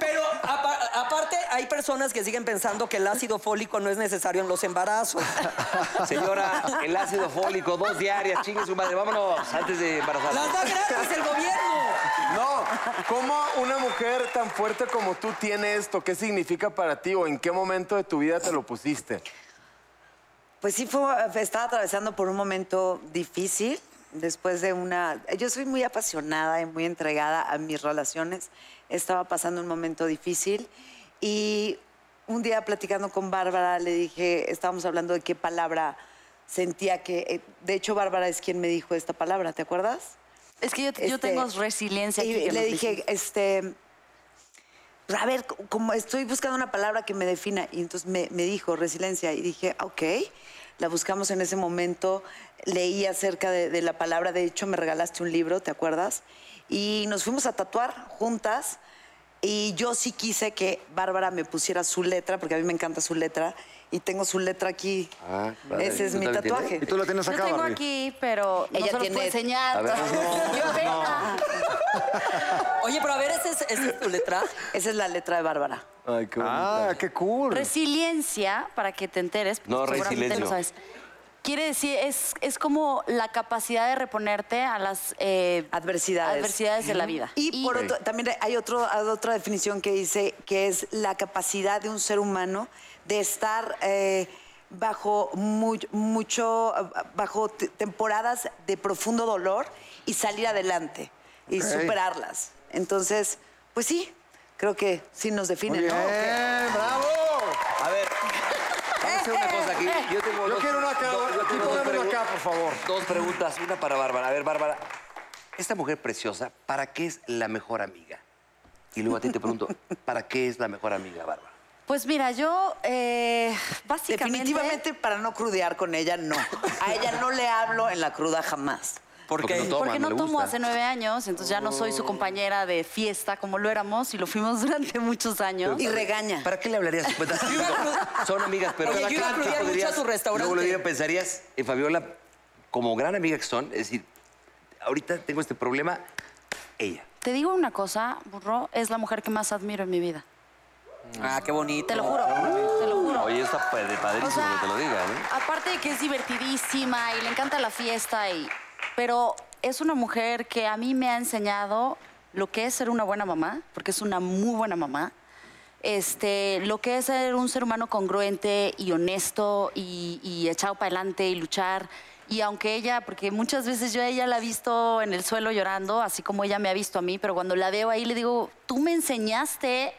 pero apa- aparte hay personas que siguen pensando que el ácido fólico no es necesario en los embarazos. Señora, el ácido fólico, dos diarias, chingue su madre. Vámonos antes de Las embarazarnos. da gratis el gobierno. No, ¿cómo una mujer tan fuerte como tú tiene esto? ¿Qué significa para ti o en qué momento de tu vida te lo pusiste? Pues sí, fue, estaba atravesando por un momento difícil después de una... Yo soy muy apasionada y muy entregada a mis relaciones. Estaba pasando un momento difícil y un día platicando con Bárbara le dije, estábamos hablando de qué palabra sentía que... eh, De hecho, Bárbara es quien me dijo esta palabra, ¿te acuerdas? Es que yo, yo Este, tengo resiliencia. Y aquí que le nos dije, dijiste. este, pues, a ver, co- como estoy buscando una palabra que me defina. Y entonces me, me dijo resiliencia. Y dije, "Ah, ok, la buscamos en ese momento. Leí acerca de, de la palabra. De hecho, me regalaste un libro, ¿te acuerdas? Y nos fuimos a tatuar juntas. Y yo sí quise que Bárbara me pusiera su letra, porque a mí me encanta su letra. Y tengo su letra aquí. Ah, padre. Ese es ¿Tú mi también tienes? tatuaje. Y tú la tienes Yo acá, tengo Barbie. aquí, pero no Ella se los tiene- puedo enseñar. A ver, pues, no, Qué no. pena. Oye, pero a ver, ¿esa es, esa es tu letra? Esa es la letra de Bárbara. Ay, qué Ah, qué cool. Resiliencia, para que te enteres, porque No, seguramente resiliencia. lo sabes. Quiere decir, es, es como la capacidad de reponerte a las eh, Adversidades. adversidades de la vida. Y por otro, también hay otro, hay otra definición que dice que es la capacidad de un ser humano de estar eh, bajo mu- mucho, eh, bajo te- temporadas de profundo dolor y salir adelante y superarlas. Entonces, pues sí, creo que sí nos define, Bien, ¿no? bravo. A ver, vamos a hacer una cosa aquí. Yo tengo Yo dos- quiero una acá. dos- yo Aquí tengo dos pónganmelo pregun- acá, por favor. Dos preguntas, una para Bárbara. A ver, Bárbara, esta mujer preciosa, ¿para qué es la mejor amiga? Y luego a ti te pregunto, ¿para qué es la mejor amiga, Bárbara? Pues mira, yo eh, básicamente... Definitivamente para no crudear con ella, no. A ella no le hablo en la cruda jamás. ¿Por Porque qué? no tomo. Porque Toma, no no le tomo gusta. hace nueve años, entonces ya no Oh. soy su compañera de fiesta como lo éramos y lo fuimos durante muchos años. Y regaña. ¿Para qué le hablarías? Pues, así, no, son amigas, pero Oye, cada yo iba a cuánto crudear mucho a tu restaurante. Luego le digo, pensarías, eh, Fabiola, como gran amiga que son, es decir, ahorita tengo este problema, ella. Te digo una cosa, burro, es la mujer que más admiro en mi vida. Ah, qué bonito. Te lo juro, Oh. te lo juro. Oye, está padre- padrísimo O sea, que te lo ¿eh? diga, ¿no? Aparte de que es divertidísima y le encanta la fiesta, y, pero es una mujer que a mí me ha enseñado lo que es ser una buena mamá, porque es una muy buena mamá. Este, lo que es ser un ser humano congruente y honesto y, y echado para adelante y luchar. Y aunque ella, porque muchas veces yo a ella la he visto en el suelo llorando, así como ella me ha visto a mí, pero cuando la veo ahí le digo, tú me enseñaste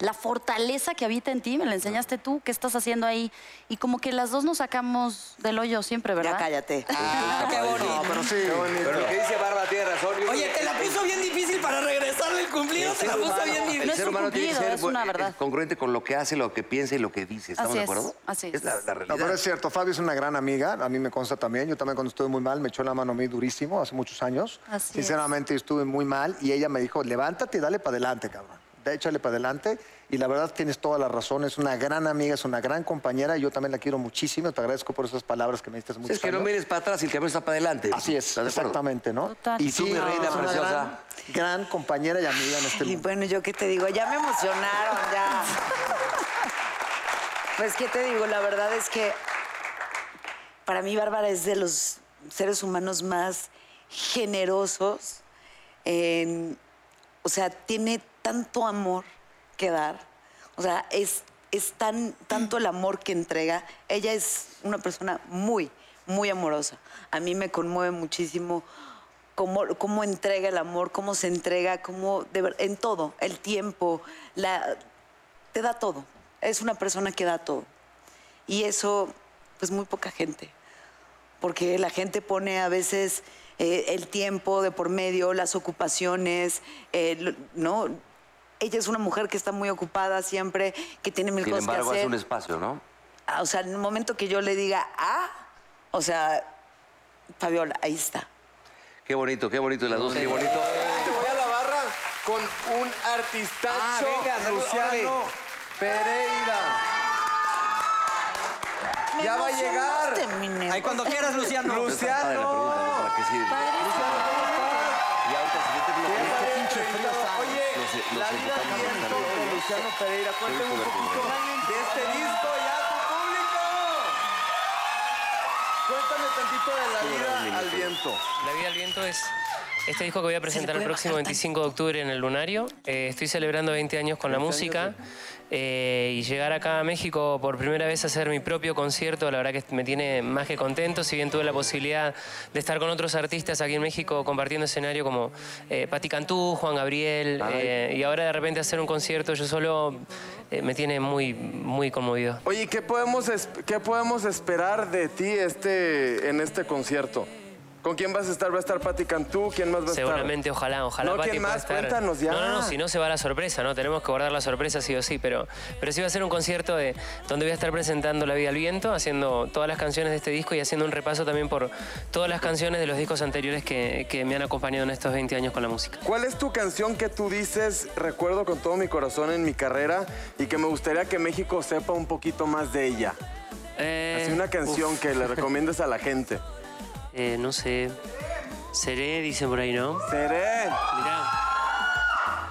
la fortaleza que habita en ti, me la enseñaste tú, ¿qué estás haciendo ahí? Y como que las dos nos sacamos del hoyo siempre, ¿verdad? Ya cállate. Ah, qué bonito. Pero lo que dice Bárbara tiene razón. Yo Oye, creo que te la puso bien difícil para regresarle el cumplido, El te la ser puso humano- bien El difícil. No es ser un humano tiene que cumplido, ser es una eh, verdad. congruente con lo que hace, lo que piensa y lo que dice. ¿Estamos Así de es, acuerdo? así es. la, la No, realidad. pero es cierto, Fabio es una gran amiga, a mí me consta también. Yo también cuando estuve muy mal me echó la mano a mí durísimo hace muchos años. Así es. Sinceramente yo estuve muy mal y ella me dijo, levántate y dale para adelante, cabrón. Da- Échale para adelante y la verdad tienes toda la razón, es una gran amiga, es una gran compañera y yo también la quiero muchísimo. Te agradezco por esas palabras que me diste hace Sí, muchos es que no años. mires para atrás y el camino está para adelante. Así es, ¿Estás de acuerdo? exactamente, ¿no? Total. Y Y tú, sí, mi reina es una preciosa. gran, gran compañera y amiga en este Y mundo. bueno, yo qué te digo, ya me emocionaron, ya. Pues qué te digo, la verdad es que para mí Bárbara es de los seres humanos más generosos. en- o sea, tiene tanto amor que dar. O sea, es, es tan, tanto el amor que entrega. Ella es una persona muy, muy amorosa. A mí me conmueve muchísimo cómo, cómo entrega el amor, cómo se entrega, cómo, de ver- en todo, el tiempo, la, te da todo. Es una persona que da todo. Y eso, pues muy poca gente. Porque la gente pone a veces eh, el tiempo de por medio, las ocupaciones, eh, lo- ¿no? Ella es una mujer que está muy ocupada siempre, que tiene mil Sin cosas embargo, que hace hacer. un espacio, ¿no? Ah, O sea, en el momento que yo le diga, ah, o sea, Fabiola, ahí está. Qué bonito, qué bonito, las dos, qué bonito. Te voy a la barra con un artistazo. Ah, venga, Luciano órale. Pereira. Ya va a llegar. Ahí cuando quieras, Luciano. Está padre la Luciano. pregunta, ¿no? ¿Para qué sirve? Y ahorita el siguiente bloque, Oye, Los- los la vida invitamos a viento salir. con Luciano Pereira. Cuéntame un poquito de este disco ya tu público. Cuéntame tantito de la vida al viento. La vida al viento es este disco que voy a presentar el próximo 25 de octubre en el Lunario. Eh, estoy celebrando 20 años con la música eh, y llegar acá a México por primera vez a hacer mi propio concierto, la verdad que me tiene más que contento. Si bien tuve la posibilidad de estar con otros artistas aquí en México compartiendo escenario como eh, Pati Cantú, Juan Gabriel, eh, y ahora de repente hacer un concierto yo solo eh, me tiene muy, muy conmovido. Oye, ¿qué podemos, es- ¿qué podemos esperar de ti este, en este concierto? ¿Con quién vas a estar? ¿Va a estar Pati Cantú? ¿Quién más va a estar? Seguramente, ojalá, ojalá. No, Pati ¿quién pueda más? Cuéntanos ya. No, no, no, si no se va la sorpresa, ¿no? Tenemos que guardar la sorpresa sí o sí, pero, pero sí va a ser un concierto de, donde voy a estar presentando La Vida al Viento, haciendo todas las canciones de este disco y haciendo un repaso también por todas las canciones de los discos anteriores que, que me han acompañado en estos 20 años con la música. ¿Cuál es tu canción que tú dices, recuerdo con todo mi corazón en mi carrera y que me gustaría que México sepa un poquito más de ella? Eh, Así una canción uf, que le recomiendes a la gente. eh, no sé. Seré, dice por ahí, ¿no? Seré. Mirá.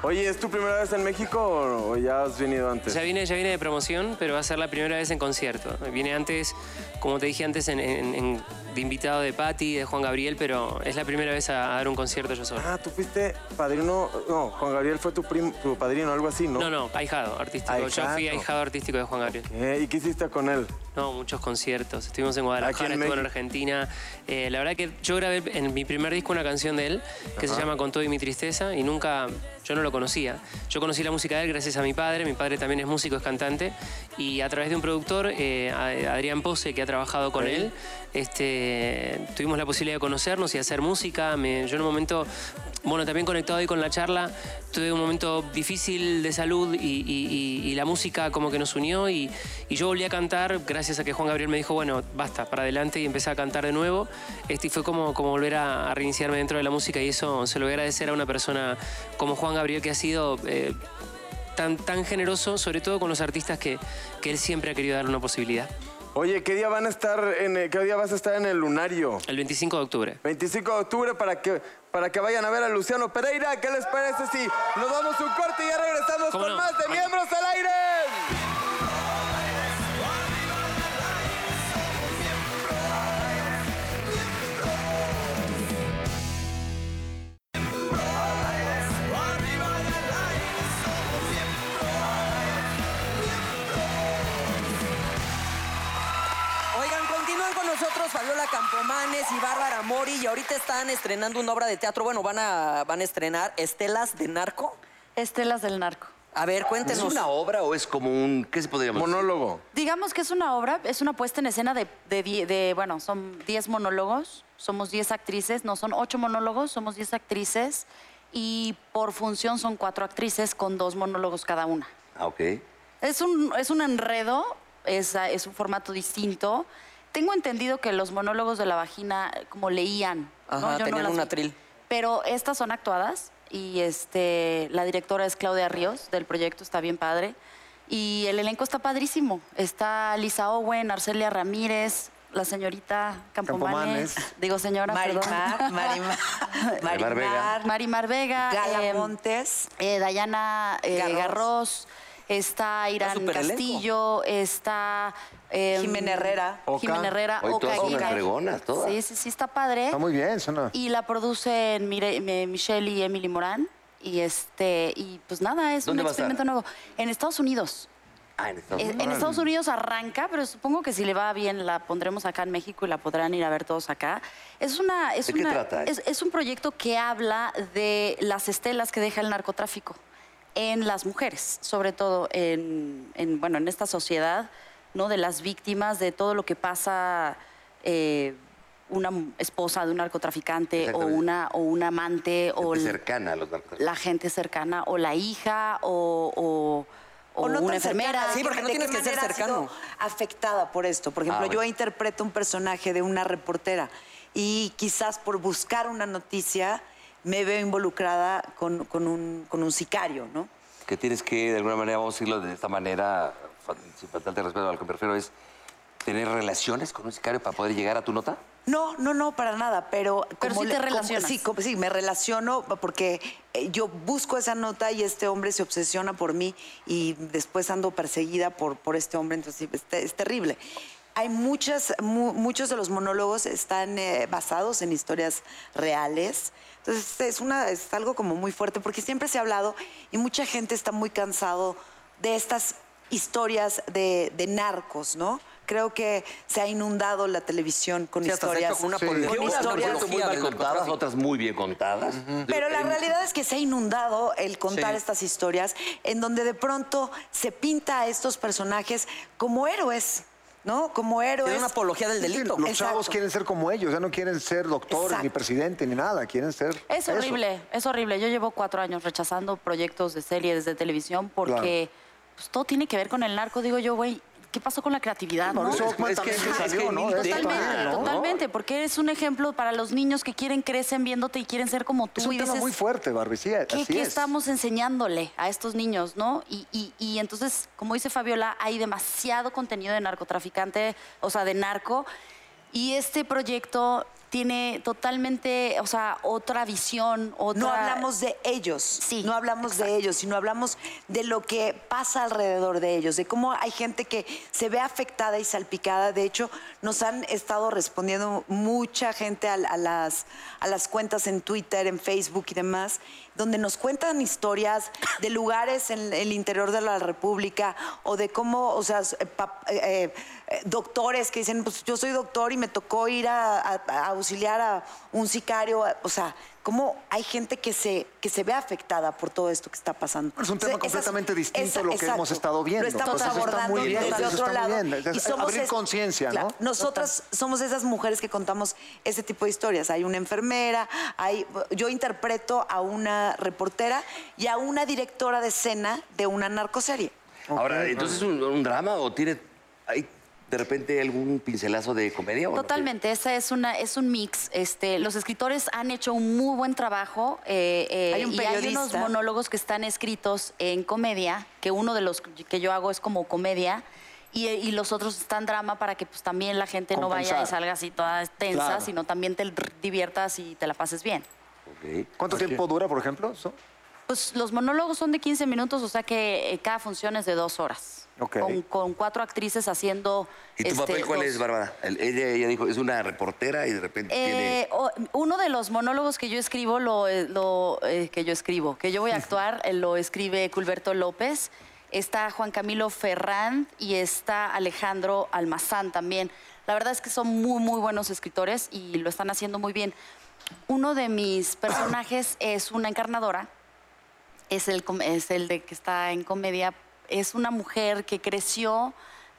Oye, ¿es tu primera vez en México o, o ya has venido antes? Ya viene, ya viene de promoción, pero va a ser la primera vez en concierto. Viene antes, como te dije antes, en- en- en- de invitado de Patti, de Juan Gabriel, pero es la primera vez a, a dar un concierto yo solo. Ah, tú fuiste padrino. No, Juan Gabriel fue tu, prim- tu padrino, algo así, ¿no? No, no, ahijado artístico. Yo fui Ahijado. ahijado artístico de Juan Gabriel. Eh, ¿Y qué hiciste con él? No, muchos conciertos. Estuvimos en Aquí en Guadalajara, estuve en México. Argentina. Eh, la verdad que yo grabé en mi primer disco una canción de él que se llama Con todo y mi tristeza y nunca, yo no lo conocía. Yo conocí la música de él gracias a mi padre. Mi padre también es músico, es cantante. Y a través de un productor, eh, a- Adrián Pose, que ha trabajado con él. Este, tuvimos la posibilidad de conocernos y hacer música. Me- yo en un momento, bueno, también conectado ahí con la charla, tuve un momento difícil de salud y, y- y- y la música como que nos unió y, y yo volví a cantar gracias a que Juan Gabriel me dijo, bueno, basta, para adelante y empecé a cantar de nuevo. Este, y fue como, como volver a, a reiniciarme dentro de la música y eso se lo voy a agradecer a una persona como Juan Gabriel que ha sido... eh, tan, tan generoso, sobre todo con los artistas que, que él siempre ha querido dar una posibilidad. Oye, ¿qué día van a estar en el- qué día vas a estar en el lunario? El 25 de octubre. 25 de octubre para que para que vayan a ver a Luciano Pereira. ¿Qué les parece si nos damos un corte y ya regresamos ¿Cómo con no? más de Vale. miembros al aire? Oigan, continúan con nosotros Fabiola Campomanes y Bárbara Mori y ahorita están estrenando una obra de teatro. Bueno, van a, van a estrenar Estelas de Narco. Estelas del narco. A ver, ¿Es cuéntenos. una obra o es como un. ¿Qué se podría llamar? Monólogo. Digamos que es una obra, es una puesta en escena de, de die- de, bueno, son 10 monólogos, somos 10 actrices, no, son 8 monólogos, somos 10 actrices y por función son 4 actrices con 2 monólogos cada una. Ah, ok. Es un, es un enredo, es, ah, es un formato distinto. Tengo entendido que los monólogos de la vagina eh, como leían. ¿no? Ajá, tenían las un vi. atril. Pero estas son actuadas y este, la directora es Claudia Ríos del proyecto, está bien padre. Y el elenco está padrísimo. Está Lisa Owen, Arcelia Ramírez, la señorita Campomanes. Campomanes. Digo señora, perdón. Marimar, Marimar, Marimar Vega. Marimar, Marimar Vega. Gala em, Montes. eh, Dayana eh, Garros. Garros. está Irán superelenco. Castillo, está... eh, Jimena Herrera. Oca. Jimena Herrera, Hoy Oca todas son Aguirre. unas fregonas, todas. Sí, sí, sí, está padre. Está muy bien, suena. Y la producen Mire- eh, Michelle y Emily Morán. Y este y pues nada, es un ¿Dónde va a estar? experimento nuevo. En Estados Unidos. Ah, en Estados Eh, Unidos. en Estados Unidos arranca, pero supongo que si le va bien la pondremos acá en México y la podrán ir a ver todos acá. Es una, es ¿De qué una- trata? es- es un proyecto que habla de las estelas que deja el narcotráfico en las mujeres, sobre todo en, en, bueno en esta sociedad, no de las víctimas de todo lo que pasa. eh, una m- esposa de un narcotraficante o Exactamente. una, o un amante o Gente l- cercana a los narcotráficos. la gente cercana o la hija o, o- o O no una tan enfermera. cercana, Sí, porque no ¿de qué tienes que ser manera has cercano. sido afectada por esto. Por ejemplo, Ah, bueno. yo interpreto un personaje de una reportera y quizás por buscar una noticia me veo involucrada con, con un, con un sicario, ¿no? que tienes que, de alguna manera, vamos a decirlo de esta manera, fa- sin faltarte de respeto a lo que me refiero, es tener relaciones con un sicario para poder llegar a tu nota. No, no, no, para nada, pero... Pero sí te como- relacionas. sí, como- pues sí, me relaciono porque eh, yo busco esa nota y este hombre se obsesiona por mí y después ando perseguida por, por este hombre, entonces es, te- es terrible. Hay muchas, mu- muchos de los monólogos están eh, basados en historias reales. Entonces es, una, es algo como muy fuerte porque siempre se ha hablado y mucha gente está muy cansado de estas historias de, de narcos, ¿no? Creo que se ha inundado la televisión con Sí, hasta se ha hecho historias. como una con apología del historias- narcotráfico. muy Apología mal del contadas, narcotráfico. otras muy bien contadas. Pero la realidad es que se ha inundado el contar Sí. estas historias en donde de pronto se pinta a estos personajes como héroes, ¿no? Como héroes. Era una apología del delito. Los Exacto. chavos quieren ser como ellos, ya no quieren ser doctores, ni Exacto. presidente, ni nada, quieren ser. Es eso. horrible, es horrible. Yo llevo cuatro años rechazando proyectos de series de televisión porque pues, todo tiene que ver con el narco. Digo yo, güey, ¿qué pasó con la creatividad? Por no? eso Ockman es que- también se es que salió, ¿no? ni De esto Totalmente, también, ¿no? totalmente, porque es un ejemplo para los niños que quieren, crecen viéndote y quieren ser como tú. Es un y tema dices, muy fuerte, Barbie, sí, ¿qué, así qué es. estamos enseñándole a estos niños, no? Y, y- y entonces, como dice Fabiola, hay demasiado contenido de narcotraficante, o sea, de narco, y este proyecto tiene totalmente, o sea, otra visión, otra... No hablamos de ellos, Sí, no hablamos de ellos, sino hablamos de lo que pasa alrededor de ellos, de cómo hay gente que se ve afectada y salpicada. De hecho, nos han estado respondiendo mucha gente al- a, las, a las cuentas en Twitter, en Facebook y demás, donde nos cuentan historias de lugares en el interior de la República o de cómo, o sea, s- eh, pap- eh, eh, eh, doctores que dicen, pues yo soy doctor y me tocó ir a, a- a auxiliar a un sicario. a- o sea, ¿cómo hay gente que se, que se ve afectada por todo esto que está pasando? Es un tema O sea, esas- completamente distinto esa- a lo que hemos estado viendo. Lo estamos Entonces, eso está abordando muy bien, desde eso está otro muy lado. bien. Es- abrir es- conciencia, ¿no? claro, Nosotras somos esas mujeres que contamos ese tipo de historias. Hay una enfermera, hay, yo interpreto a una reportera y a una directora de escena de una narcoserie. Ahora, entonces es un, un drama o tiene. Hay de repente algún pincelazo de comedia o no? Totalmente, esa es una es un mix. Este, los escritores han hecho un muy buen trabajo eh, eh, Hay un y hay unos periodista. monólogos que están escritos en comedia, que uno de los que yo hago es como comedia. Y, eh, y los otros están drama para que pues también la gente no vaya Compensar. y salga así toda tensa, Claro. sino también te diviertas y te la pases bien. Ok. ¿Cuánto tiempo dura, por ejemplo? eso? Pues los monólogos son de 15 minutos, o sea que eh, cada función es de dos horas. Ok. Con, con cuatro actrices haciendo. ¿Y tu este, papel cuál dos- es, Bárbara? El- ella, ella dijo, es una reportera y de repente Eh, o- uno de los monólogos que yo escribo, lo, eh, lo, eh, que yo escribo, que yo voy a actuar, eh, lo escribe Culberto López, está Juan Camilo Ferrand y está Alejandro Almazán también. La verdad es que son muy, muy buenos escritores y lo están haciendo muy bien. Uno de mis personajes es una encarnadora, es el, com- es el de que está en comedia. Es una mujer que creció,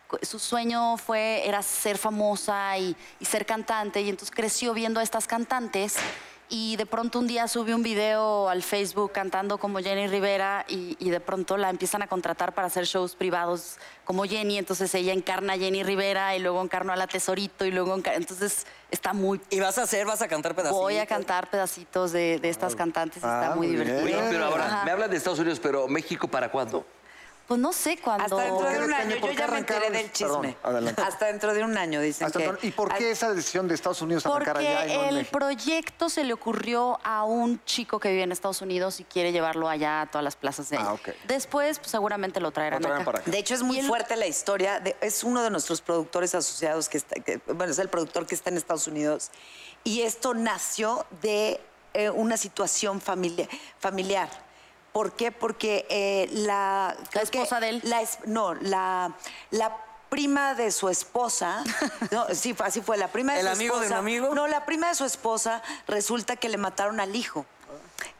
cu- su sueño fue, era ser famosa y, y ser cantante, y entonces creció viendo a estas cantantes. Y de pronto un día sube un video al Facebook cantando como Jenny Rivera y, y de pronto la empiezan a contratar para hacer shows privados como Jenny. Entonces ella encarna a Jenny Rivera y luego encarnó a la Tesorito y luego encar- Entonces está muy... Y vas a hacer, vas a cantar pedacitos. Voy a cantar pedacitos de, de estas cantantes y Ah, está muy muy bien. divertido. Oye, pero ahora, Ajá. me hablas de Estados Unidos, pero México, ¿para cuándo? Pues no sé cuándo. Hasta dentro de qué- un año, Kenia, por yo qué ya me arrancaron? enteré del chisme. Perdón, adelante. Hasta dentro de un año, dicen Hasta que... entonces, ¿Y por qué esa decisión de Estados Unidos arrancar allá y no Porque en el México? proyecto se le ocurrió a un chico que vive en Estados Unidos y quiere llevarlo allá a todas las plazas de Ah, allá. ok. Después pues, seguramente lo traerán, Lo traerán acá. para acá. De hecho, es Y muy el- fuerte la historia. de- es uno de nuestros productores asociados, que, está, que- bueno, es el productor que está en Estados Unidos. Y esto nació de eh, una situación familia- familiar. ¿Por qué? Porque eh, la... creo que esposa de él. la es- no, la, la prima de su esposa... no, sí, fue- así fue, la prima de ¿El su amigo de un esposa- amigo? No, la prima de su esposa resulta que le mataron al hijo.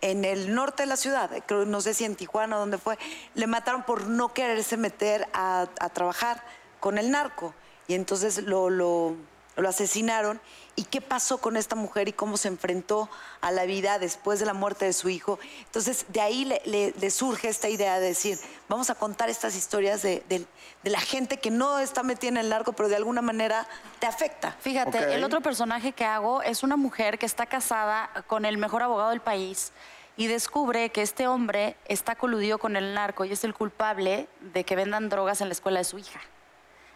En el norte de la ciudad, creo, no sé si en Tijuana o dónde fue, le mataron por no quererse meter a, a trabajar con el narco. Y entonces lo, lo- lo asesinaron. ¿Y qué pasó con esta mujer y cómo se enfrentó a la vida después de la muerte de su hijo? Entonces de ahí le, le- le surge esta idea de decir, vamos a contar estas historias de, de- de la gente que no está metida en el narco, pero de alguna manera te afecta. Fíjate, Ok. el otro personaje que hago es una mujer que está casada con el mejor abogado del país y descubre que este hombre está coludido con el narco y es el culpable de que vendan drogas en la escuela de su hija.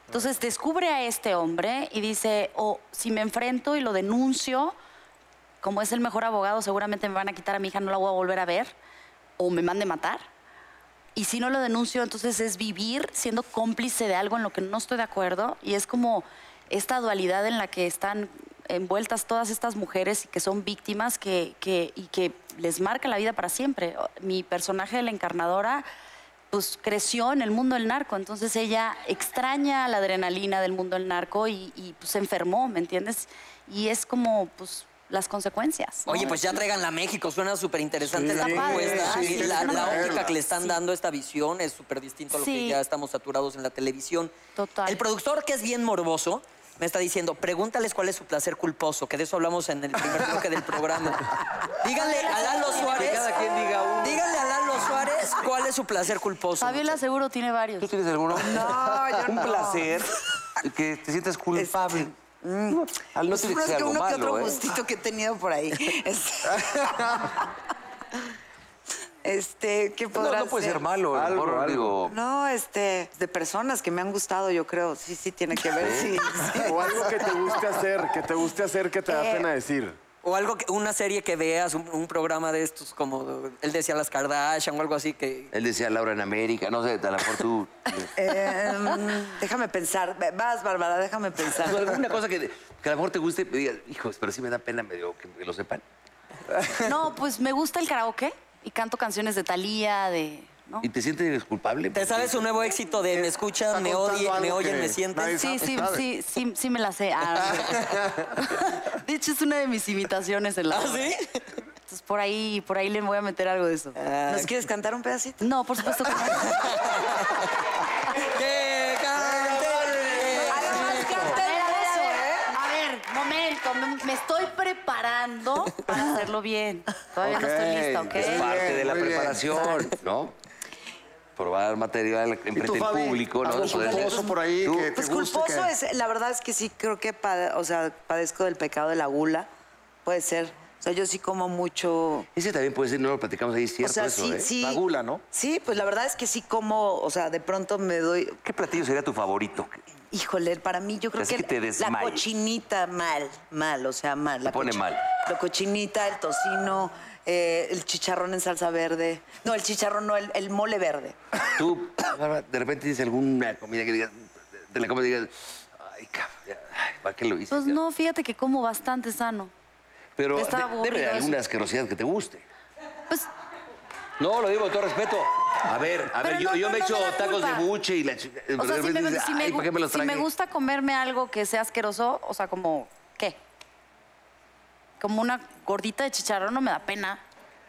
Entonces descubre a este hombre y dice, o si me enfrento y lo denuncio, como es el mejor abogado, seguramente me van a quitar a mi hija, no la voy a volver a ver, o me mande matar. Y si no lo denuncio, entonces es vivir siendo cómplice de algo en lo que no estoy de acuerdo. Y es como esta dualidad en la que están envueltas todas estas mujeres que son víctimas que, que- y que les marca la vida para siempre. Mi personaje de la encarnadora pues creció en el mundo del narco, entonces ella extraña la adrenalina del mundo del narco y, y, pues, se enfermó, ¿me entiendes? Y es como pues las consecuencias. ¿no? Oye, pues ya traigan la México, suena súper interesante Sí, la está padre, propuesta. sí, y tienes la, que la óptica traerla. que le están Sí. dando a esta visión es súper distinto a lo que Sí. ya estamos saturados en la televisión. Total. El productor, que es bien morboso, me está diciendo, pregúntales cuál es su placer culposo, que de eso hablamos en el primer bloque del programa. Díganle a Lalo Suárez. Díganle a Lalo Suárez cuál es su placer culposo. Fabiola seguro tiene varios. ¿Tú tienes alguno? No, yo Un placer que te sientas culpable. Este, Al no tiene que ser Uno mm, pues, que algo uno que malo, otro pues, ¿eh? gustito que he tenido por ahí. Es- este, ¿qué No, podrá no puede ser malo. a lo Algo, mejor, algo. digo, No, este, de personas que me han gustado, yo creo. Sí, sí, tiene que ver. Sí, sí. O algo que te guste hacer, que te guste hacer, que te da Eh. pena decir. O algo que- una serie que veas, un, un programa de estos como él decía las Kardashian o algo así que. Él decía Laura en América, no sé, a lo mejor tú. Eh, mm, déjame pensar. Vas, Bárbara, déjame pensar. Alguna cosa que, que a lo mejor te guste, y digas, hijos, pero sí me da pena medio que lo sepan. No, pues me gusta el karaoke y canto canciones de Thalía, de ¿no? ¿Y te sientes culpable? ¿Te sabes un nuevo éxito de me escuchan, me odian, me oyen, me sienten? Sí, sí, sí, sí, sí me la sé. Ah, de hecho, es una de mis imitaciones en la. ¿Ah, sí? Entonces por ahí, por ahí le voy a meter algo de eso. ¿Nos quieres cantar un pedacito? No, por supuesto que no. ¡Que cante! Además, canta el beso, ¿eh? A ver, momento, me, me estoy preparando para hacerlo bien. Todavía no estoy lista, ¿ok? Es parte de la muy bien. preparación, ¿no? Probar material en frente del Fabi? público, ¿no? Algo Poder- culposo por ahí Tú- que- Pues te guste, culposo que- es, la verdad es que sí creo que pade- o sea, padezco del pecado de la gula, puede ser. O sea, yo sí como mucho. Ese también puede ser, no lo platicamos ahí, es O cierto sea, eso, sí, ¿eh? sí. La gula, ¿no? Sí, pues la verdad es que sí como, o sea, de pronto me doy, ¿Qué platillo sería tu favorito? híjole, para mí yo creo Así que, que te la desmayes. cochinita mal, mal, o sea, mal. La pone cochi- mal. La cochinita, el tocino, eh, el chicharrón en salsa verde. No, el chicharrón no, el, el mole verde. Ah, Tú, Bárbara, de repente dices alguna comida que digas, de la comida digas, ay, cabrón, ay, ¿para qué lo hice? Pues no, fíjate que como bastante sano. Pero está de- aburrido debe de eso. alguna asquerosidad que te guste. Pues No, lo digo con todo respeto. A ver, a Pero ver, yo, no, yo no, me no echo me da tacos culpa. de buche y la chica. O sea, si me, si me gu- ¿para qué me los si me tragué?" gusta comerme algo que sea asqueroso, o sea, como, ¿qué? Como una gordita de chicharrón no me da pena.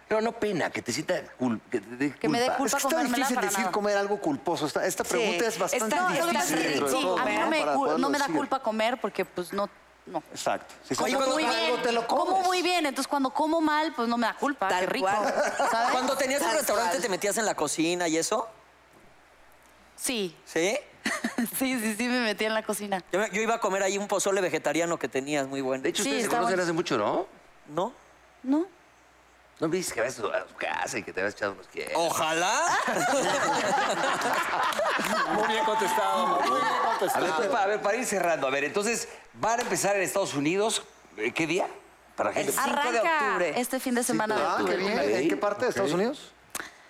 No, no pena, que te sienta cul- que te dé Que me dé culpa. culpa Es que está comérmela difícil para decir nada. comer algo culposo. Esta, esta pregunta es bastante Está- Lo que pasa es difícil. que, sobre sí, todo, a mí no me, Para cu- poderlo no me da decir. culpa comer porque pues no, no. Exacto. Si Como estás muy comiendo algo, bien, te lo comes. como muy bien, entonces cuando como mal, pues no me da culpa, Tal qué rico, cual. ¿sabes? Cuando tenías un Tal restaurante, cual. ¿te metías en la cocina y eso? Sí, ¿Sí? sí, sí, sí me metí en la cocina. Yo, me- yo iba a comer ahí un pozole vegetariano que tenías muy bueno. De hecho, Sí, ustedes se está conocen bueno. hace mucho, ¿no? ¿No? ¿No? No me dices que habías ido a su casa y que te habías echado unos eh, que. Ojalá. Muy bien contestado. Muy bien A ver, contestado. Pepa, a ver, para ir cerrando, a ver, entonces, ¿van a empezar en Estados Unidos? eh, ¿Qué día? Para gente. Cinco de Arranca octubre. este fin de semana de Ah, qué octubre. bien. ¿En qué parte de Estados Unidos?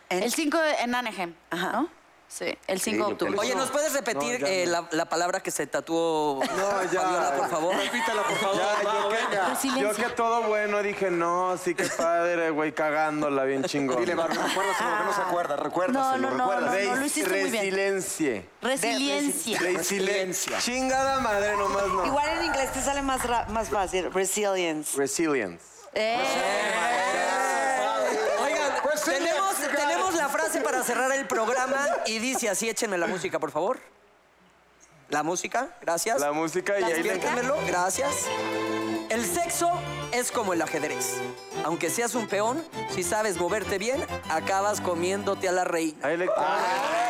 El 5 de- en Anaheim, ¿no? Sí, el 5 de lo octubre. que- Oye, ¿nos puedes repetir eh, la, la palabra que se tatuó No, ya. Fabiola, por favor? Repítala, por favor. Ya, yo que, Por silencio. yo que todo bueno dije, no, sí que padre, güey, cagándola bien chingón. Dile, Barbie, recuérdaselo, que no se acuerda, No, recuérdaselo, no, no, no, recuérdaselo. no, lo hiciste muy bien. Resiliencia. Resiliencia. Resiliencia. Chingada madre, nomás no. Igual en inglés te sale más, ra- más fácil, resilience. Resilience. Oigan, Pues sí, tenemos, claro. tenemos la frase para cerrar el programa y dice así, échenme la música, por favor. La música, gracias. La música y ahí le Siéntemelo, gracias. El sexo es como el ajedrez. Aunque seas un peón, si sabes moverte bien, acabas comiéndote a la reina. Ahí le Oh,